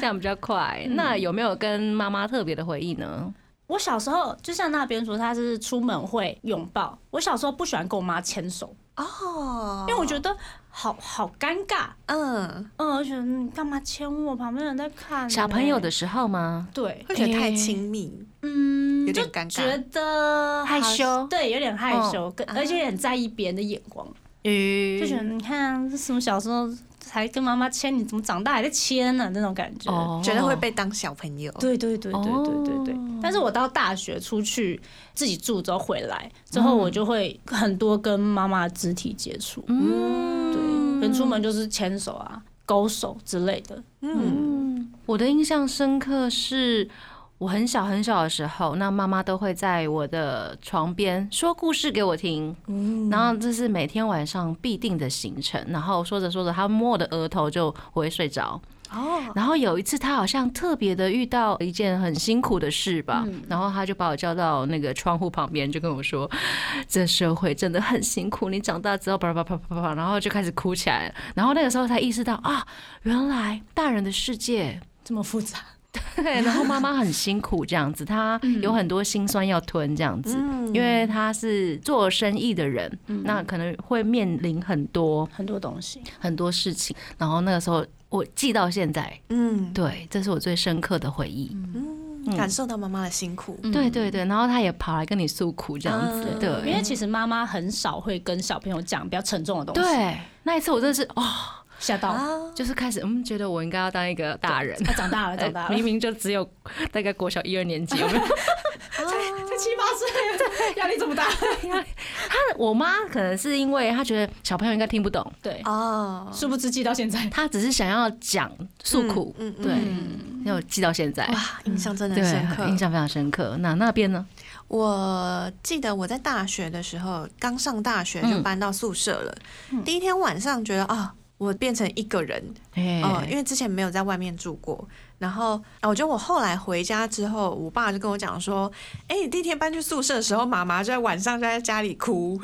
这样比较快。
嗯
那有没有跟妈妈特别的回忆呢？
我小时候就像那边说，他是出门会拥抱。我小时候不喜欢跟我妈牵手，
哦，
因为我觉得好好尴尬。
嗯，
嗯，而且你干嘛牵我？旁边人在看、欸
小朋友的时候吗？
对，
会觉得太亲密，
嗯
有
就
点尴
觉
尬。
得
害
好像
羞
对，有点害羞，跟而且很在意别人的眼光，就觉得你看这什么小时候才跟妈妈牵，你怎么长大还在牵呢、那种感觉。
哦
觉得会被当小朋友，
对对对对对对对。但是我到大学出去自己住之后回来之后，我就会很多跟妈妈肢体接触，嗯，对，跟出门就是牵手啊、勾手之类的。
嗯，
我的印象深刻是。我很小很小的时候，那妈妈都会在我的床边说故事给我听，然后这是每天晚上必定的行程。然后说着说着，她摸我的额头就我会睡着。
哦，
然后有一次，她好像特别的遇到一件很辛苦的事吧，然后她就把我叫到那个窗户旁边，就跟我说：“这社会真的很辛苦，你长大之后，叭叭叭叭叭，然后就开始哭起来了。然后那个时候才意识到啊，原来大人的世界
这么复杂，
对，然后妈妈很辛苦这样子，她
嗯
有很多辛酸要吞这样子，因为她是做生意的人，
嗯
那可能会面临很多
很多东西。
很多事情。然后那个时候我记到现在，
嗯，
对，这是我最深刻的回忆。嗯
感受到妈妈的辛苦，
嗯
对对对，然后她也跑来跟你诉苦这样子，
嗯
对，
因为其实妈妈很少会跟小朋友讲比较沉重的东西，，
对那一次我真的是哦，
吓到，
就是开始嗯，觉得我应该要当一个大人。哎
他长大了，长大了，
明明就只有大概国小一二年级，有没有
才七八 [LAUGHS] 岁，压力这么大，
[LAUGHS] 我妈可能是因为她觉得小朋友应该听不懂，
对，
哦，
殊不知记到现在，
她只是想要讲诉苦，
嗯，嗯
对，要记到现在，
哇，印象真的
对
很深，刻，
印象非常深刻。那那边呢？
我记得我在大学的时候，刚上大学
嗯
就搬到宿舍了。第一天晚上觉得啊、我变成一个人
哎
嗯
哦、因为之前没有在外面住过。然后啊，我觉得我后来回家之后，我爸就跟我讲说：“哎、你第一天搬去宿舍的时候，妈妈就在晚上就在家里哭。 [LAUGHS]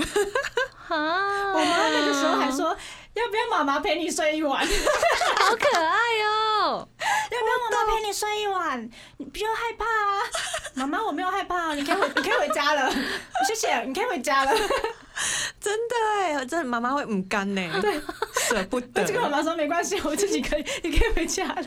我妈那个时候还说。要不要妈妈陪你睡一晚？要不
好可爱哦，
要妈妈陪你睡一晚？你不要害怕 [LAUGHS] 啊，妈妈我没有害怕、啊，你可以回，你可以回家 [LAUGHS] 了，谢谢，你可以回家了。
真的哎，真的妈妈会唔甘呢，
[LAUGHS]
对，舍不得
我就跟妈妈说没关系，我自己可以，你可以回家了。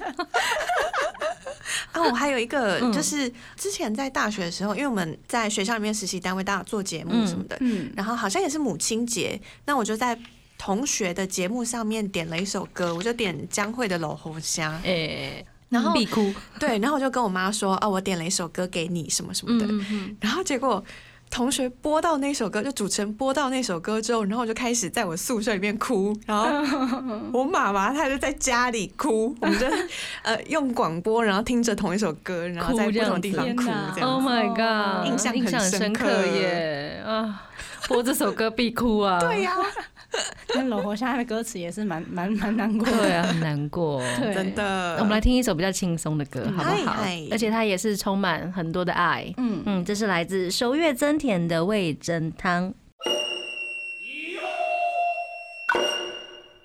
啊。我还有一个
嗯
就是之前在大学的时候，因为我们在学校里面实习单位，大家做节目什么的，
嗯，
然后好像也是母亲节，那我就在同学的节目上面点了一首歌，我就点江蕙的《老红虾》，
哎，
然后
必哭，
对，然后我就跟我妈说，哦，我点了一首歌给你什么
嗯
什么的，然后结果。同学播到那首歌，就主持人播到那首歌之后，然后我就开始在我宿舍里面哭，然后
[LAUGHS]
我妈妈她就在家里哭，我们就呃用广播，然后听着同一首歌，然后在
哭
不
这
同
样
地
子
方
天
哭
哪
这样
Oh
子。哦
my god，
印象很
印象很
深
深刻
刻
耶啊！播这首歌必哭啊，
对呀、
那老活虾的歌词也是蛮蛮蛮难过的，
对啊，很难过。
对
真的。
那我们来听一首比较轻松的歌，好不好
嗨嗨？
而且它也是充满很多的爱。
嗯，
嗯，这是来自首月增田的味增汤。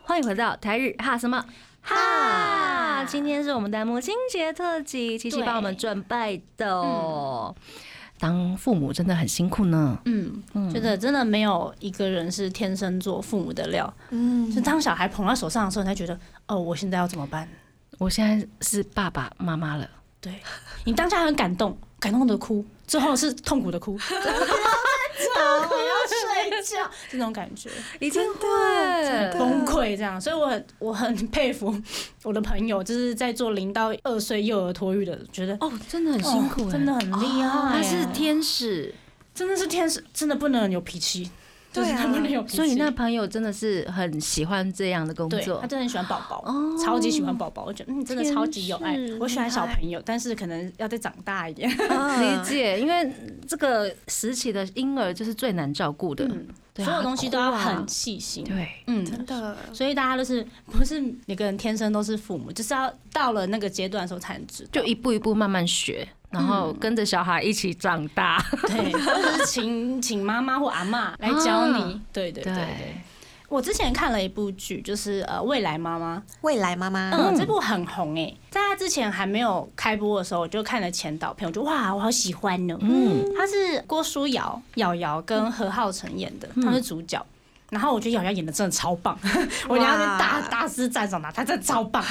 欢迎回到台日哈什么哈？今天是我们的母亲节特辑，琪琪
对
帮我们准备的哦。当父母真的很辛苦呢。
嗯，觉得真的没有一个人是天生做父母的料。
嗯
就当小孩捧到手上的时候，你才觉得哦，我现在要怎么办？
我现在是爸爸妈妈了，
对你当下很感动，感动的哭，之后是痛苦
[LAUGHS]
的哭，痛苦要睡觉，这种感觉
一定会
崩溃这样。所以我很我很 [LAUGHS] 佩服我的朋友，就是在做零到二岁幼儿托育的，觉得。
哦，真的很辛苦
哦
哎，
真的很厉害、
他是，天使。
真的是天使，真的不能有脾气，就是他们没有脾气。
啊所以那朋友真的是很喜欢这样的工
对
作哦
他，真的很喜欢宝宝，超级喜欢宝宝。我觉得嗯，真的超级有爱
天使。
我喜欢小朋友，但是可能要再长大一点。嗯
理解，因为这个时期的婴儿就是最难照顾的，
嗯
对啊
所有东西都要
哭啊
很细心。
对，
嗯，
真的，
所以大家都是不是每个人天生都是父母，就是要到了那个阶段的时候才能
[LAUGHS]
知道。
就一步一步慢慢学，然后
嗯
跟着小孩一起长大，
对，或者是请请妈妈或阿嬷来教你。
啊
对对对对。我之前看了一部剧，就是呃《未来妈妈》，
未来妈妈，
嗯，这部很红诶、在它之前还没有开播的时候，我就看了前导片，我就哇，我好喜欢呢。嗯，它是郭书瑶、瑶瑶跟何浩晨演的，他们是主角。然后我觉得瑶瑶演的真的超棒， [LAUGHS] 我聊天大大师赞赏她，她真的超棒。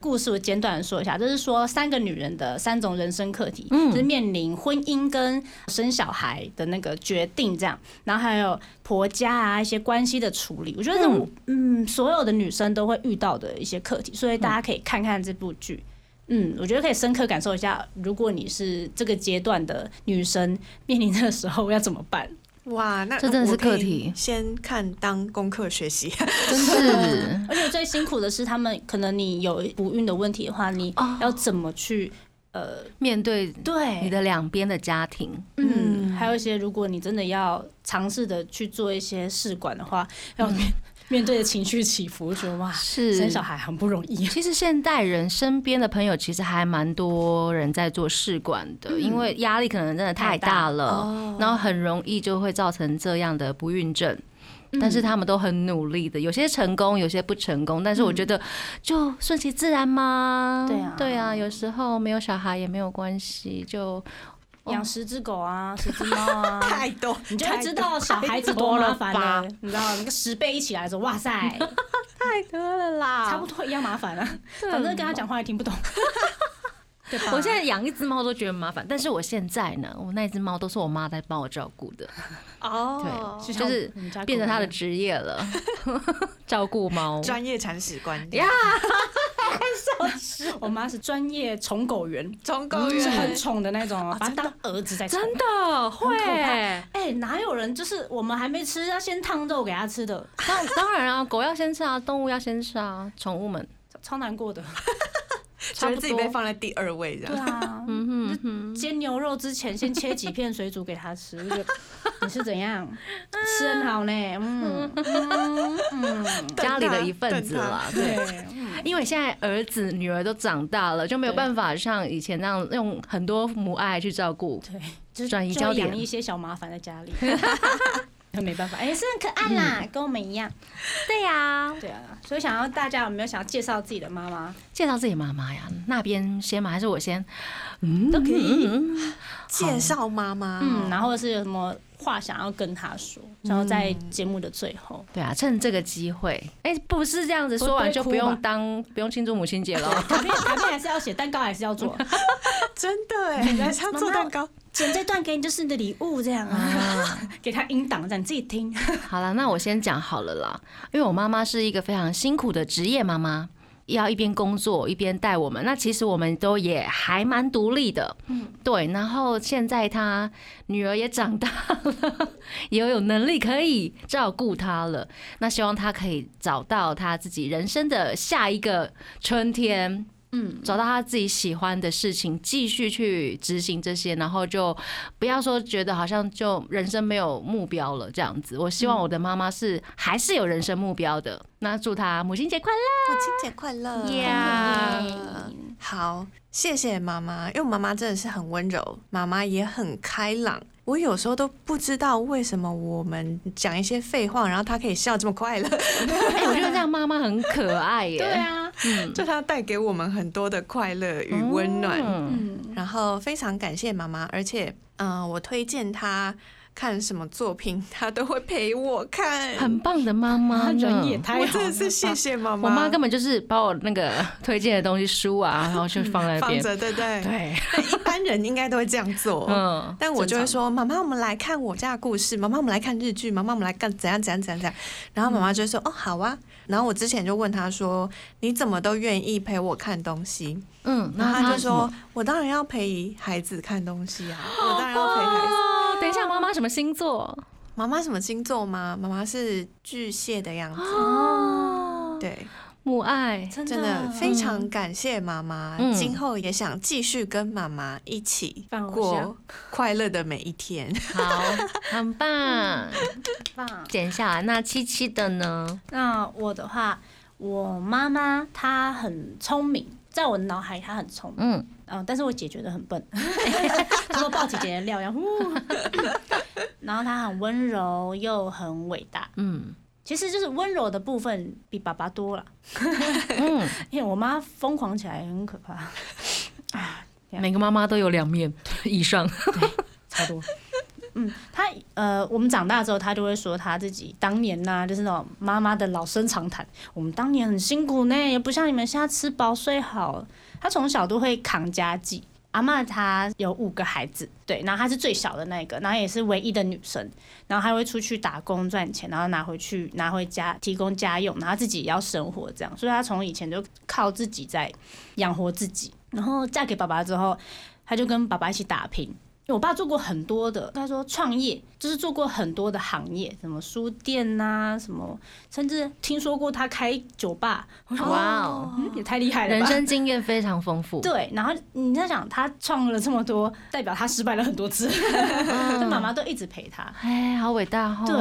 故事我简短的说一下，就是说三个女人的三种人生课题，就是面临婚姻跟生小孩的那个决定，这样，然后还有婆家啊一些关系的处理，我觉得这我嗯所有的女生都会遇到的一些课题，所以大家可以看看这部剧。嗯，我觉得可以深刻感受一下，如果你是这个阶段的女生，面临这个时候要怎么办？
哇，那
这真的是
我可
课
以
题
先看当功课学习，
[LAUGHS] 是
而且最辛苦的是，他们可能你有不孕的问题的话，你要怎么去、呃
面对
对
你的两边的家庭，
嗯，还有一些，如果你真的要尝试的去做一些试管的话，要面、面对的情绪起伏，我觉得哇，
是
生小孩很不容易。
[LAUGHS] 其实现代人身边的朋友其实还蛮多人在做试管的，因为压力可能真的太大了，然后很容易就会造成这样的不孕症。但是他们都很努力的，有些成功，有些不成功。但是我觉得就顺其自然嘛。
对啊
对啊，有时候没有小孩也没有关系，就
养十只狗啊，十只猫啊，
太多，
你就会知道小孩子多麻烦了，你知道那个十倍一起来的时候，哇塞，太多了啦，差不多一样麻烦啊。反正跟他讲话也听不懂，对吧？
我现在养一只猫都觉得麻烦，但是我现在呢，我那一只猫都是我妈在帮我照顾的，
哦，
对，就是变成她的职业 [LAUGHS] 了，照顾猫。
[LAUGHS] 专业铲屎官
呀，
[LAUGHS] 我妈是专业宠狗员，
中狗
[LAUGHS] 是很
人，
宠的那种，哦把它当儿子在宠。
真的会，
可怕哎、哪有人就是我们还没吃，要先烫肉给他吃的，
当当然啊，狗要先吃啊，动物要先吃啊，宠物们
超难过的。
觉得自己
差不
被
多
放在第二位这
对
样。
啊， [LAUGHS]
嗯
煎牛肉之前先切几片水煮给他 [LAUGHS] 吃，我就觉得你是怎样吃很好呢？嗯嗯嗯，
家里的一份子啦。对，
对，
因为现在儿子女儿都长大了，就没有
对
办法像以前那样用很多母爱去照顾。
对，就是
转移
就
焦
会
点
养一些小麻烦在 [LAUGHS] 家里。没办法，哎、是很可爱啦，跟我们一样。
对呀、
对啊，所以想要大家有没有想要介绍自己的妈妈？
介绍自己妈妈呀，那边先吗？还是我先？
嗯都可以。
介绍妈妈，
嗯，然后是有什么话想要跟她说，然后在节目的最后，
对啊，趁这个机会，哎、不是这样子，
不
说完就
不
不
会哭吧
用当不用庆祝母亲节
[LAUGHS]
了。
嗯哦卡片卡片还是要写，蛋糕还是要做。
真的哎，来像做蛋糕，
[LAUGHS] 剪这段给你就是你的礼物，这样啊，给他音档，这样你自己听。
[LAUGHS] 好了，那我先讲好了啦，因为我妈妈是一个非常辛苦的职业妈妈，要一边工作一边带我们。那其实我们都也还蛮独立的，嗯，对。然后现在她女儿也长大了，也有能力可以照顾她了。那希望她可以找到她自己人生的下一个春天。嗯，找到她自己喜欢的事情，继续去执行这些，然后就不要说觉得好像就人生没有目标了这样子。我希望我的妈妈是还是有人生目标的。那祝她母亲节快乐！
母亲节快乐
Yeah
嗯
好，谢谢妈妈，因为我妈妈真的是很温柔，妈妈也很开朗。我有时候都不知道为什么我们讲一些废话，然后她可以笑这么快乐，
哎、我觉得这样妈妈很可爱 [LAUGHS] 耶。
对啊，
[LAUGHS] 就她带给我们很多的快乐与温暖。
嗯，
嗯，
然后非常感谢妈妈，而且嗯、呃我推荐她看什么作品，她都会陪我看。
很棒的妈妈呢
人也太
我
好
真的是谢
了。
谢妈
我
妈，
妈根本就是把我那个推荐的东西书啊，然后就放在那
放
边。
着，对不对？
[LAUGHS] 对，
一般人应该都会这样做。
嗯，
但我就会说，妈妈，我们来看我家的故事，妈妈，我们来看日剧，妈妈，我们来干怎样怎样怎样怎样。然后妈妈就会说，哦，好啊。然后我之前就问她说，你怎么都愿意陪我看东西？
嗯，然
然
后
后她
她
就
什么
说，我当然
[GASPS]
要陪孩子看东西啊，我当然要陪孩子。
哦，等一下，妈妈什么星座？
妈妈什么星座吗？妈妈是巨蟹的样子。
哦，
对，
母爱，
真啊
真的非常感谢妈妈，
嗯
今后也想继续跟妈妈一起
放我
过快乐的每一
[LAUGHS]
天。
好，很棒，
棒。
剪下来。那七七的呢？
那我的话，我妈妈她很聪明，在我脑海她很聪明，
嗯，
嗯、但是我姐觉得很笨， [LAUGHS] 她说爆姐姐的料一样。呼 [LAUGHS] 然后她很温柔又很伟大，
嗯
其实就是温柔的部分比爸爸多了，
嗯，
[LAUGHS] 因为我妈疯狂起来很可怕，
每个妈妈都有两面 [LAUGHS] 以上。
超多。嗯，她呃，我们长大之后，她就会说她自己当年呐、就是那种妈妈的老生常谈。我们当年很辛苦呢，也不像你们现在吃饱睡好。她从小都会扛家计。阿嬷她有五个孩子，对，然后她是最小的那个，然后也是唯一的女生，然后她会出去打工赚钱，然后拿回去拿回家提供家用，然后自己也要生活这样，所以她从以前就靠自己在养活自己。然后嫁给爸爸之后，她就跟爸爸一起打拼，我爸做过很多的，他说创业就是做过很多的行业，什么书店呐、什么，甚至听说过他开酒吧，我说哇，
哇哦，
嗯也太厉害了
人
吧！
生经验非常丰富。
对，然后你在想他创了这么多，代表他失败了很多次，
嗯
[LAUGHS] 他妈妈都一直陪他，
哎，好伟大哦。
对，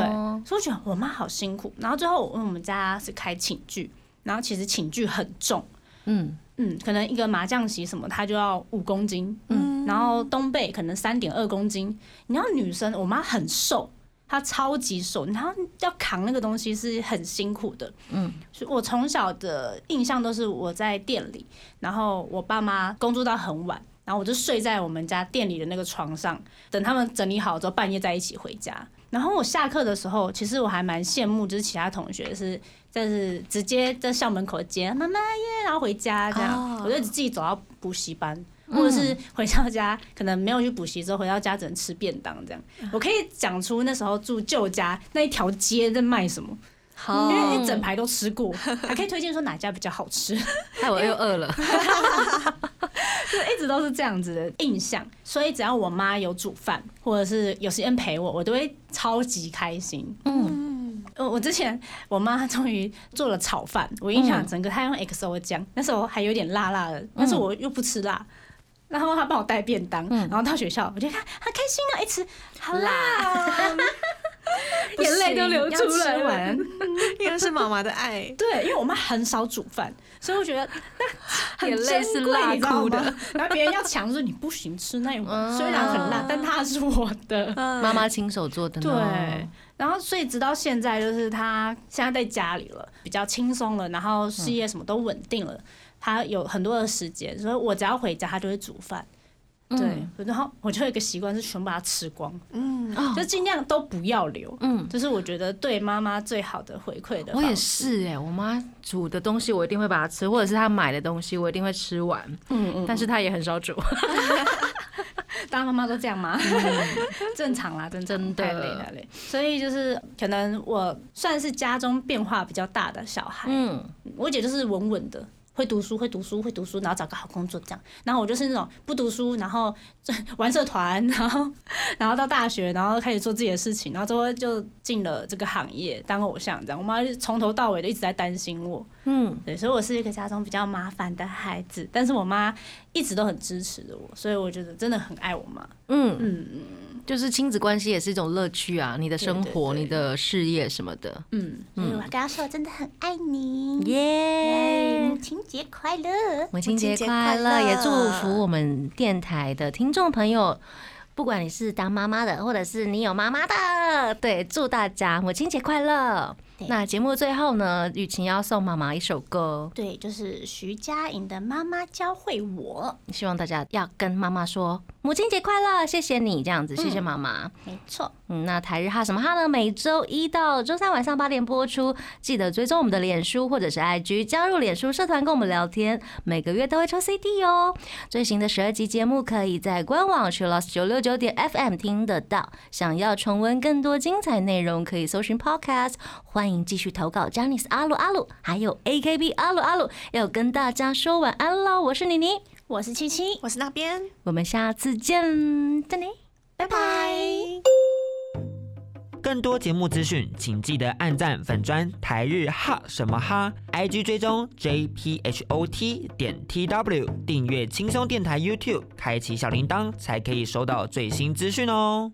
所以我觉得我妈好辛苦。然后最后嗯我们家是开寝具，然后其实寝具很重，
嗯，
嗯，可能一个麻将席什么，它就要五公斤，
嗯
嗯，然后东贝可能三点二公斤。你知道女生，我妈很瘦，她超级瘦，她要扛那个东西是很辛苦的，
嗯
嗯，所以我从小的印象都是我在店里，然后我爸妈工作到很晚，然后我就睡在我们家店里的那个床上，等他们整理好之后，半夜再一起回家。然后我下课的时候，其实我还蛮羡慕，就是其他同学是，就是直接在校门口接妈妈耶，然后回家这样。
哦
我就自己走到补习班，或者是回到家，可能没有去补习之后，回到家只能吃便当这样。我可以讲出那时候住旧家那一条街在卖什么，因
好， [LAUGHS]
为一整排都吃 [LAUGHS] 过，还可以推荐说哪家比较好吃。
害我又饿了。
一直都是这样子的印象，所以只要我妈有煮饭，或者是有时间陪我，我都会超级开心。
嗯，
呃，我之前我妈她终于做了炒饭，我印象很深刻，她用 XO 酱，那时候还有点辣辣的，但是我又不吃辣。然后她帮我带便当，然后到学校，我就看好开心啊，一吃好嗯辣哦，
眼泪都流出来了
要吃完。
应该是妈妈的爱
对，因为我妈很少煮饭，所以我觉得那 [LAUGHS]
眼
很
泪是
珍贵
辣
你知道
哭的
吗然后别人要抢说你不行吃
[LAUGHS]
那一碗，虽然很辣，但它是我的。
妈妈亲手做的呢。
嗯对，然后所以直到现在，就是她现在在家里了，比较轻松了，然后事业什么都稳定了，她有很多的时间，所以我只要回家，她就会煮饭。
嗯
对，然后我就有一个习惯是全部把它吃光，
嗯，
哦
就尽量都不要留。
嗯，
这是我觉得对妈妈最好的回馈的。
我也，是哎、我妈煮的东西我一定会把它吃，或者是她买的东西我一定会吃完，
嗯嗯，
但是她也很少煮，
当妈妈都这样吗？ [LAUGHS] 正常啦，真
真的
嗯太累太累。所以就是可能我算是家中变化比较大的小孩，
嗯，
我姐就是稳稳的。会读书，会读书，会读书，然后找个好工作这样。然后我就是那种不读书，然后玩社团，然后然后到大学，然后开始做自己的事情，然后之后就进了这个行业当偶像这样。我妈就从头到尾都一直在担心我，
嗯，
对，所以我是一个家中比较麻烦的孩子，但是我妈一直都很支持着我，所以我觉得真的很爱我妈。
嗯，
嗯
就是亲子关系也是一种乐趣啊，你的生活、
对对对
你的事业什么的，
嗯，
所以我要跟他说，我真的很爱你。耶
耶
母！亲节快乐！
母亲节
母亲节
快
快
乐，
乐
也祝福我们电台的听众朋友。不管你是当妈妈的，或者是你有妈妈的，对，祝大家母亲节快乐。那节目最后呢，雨晴要送妈妈一首歌，
对，就是徐佳莹的妈妈教会我，
希望大家要跟妈妈说母亲节快乐，谢谢你这样子，谢谢妈妈。
没错。
嗯，那台日哈什么哈呢？每周一到周三晚上八点播出，记得追踪我们的脸书或者是 IG，加入脸书社团跟我们聊天，每个月都会抽 CD 哦。最新的十二集节目可以在官网 c h i l o s 九六九点 FM 听得到。想要重温更多精彩内容，可以搜寻 Podcast。欢迎继续投稿 j a n i c e 阿鲁阿鲁，还有 AKB 阿鲁阿鲁，要跟大家说晚安喽！我是妮妮，
我是七七，
我是那边，
我们下次见，再见。
拜拜。
更多节目资讯，请记得按赞粉砖台日哈什么哈，IG 追踪 JPHOT 点 TW，订阅轻松电台 YouTube，开启小铃铛才可以收到最新资讯哦。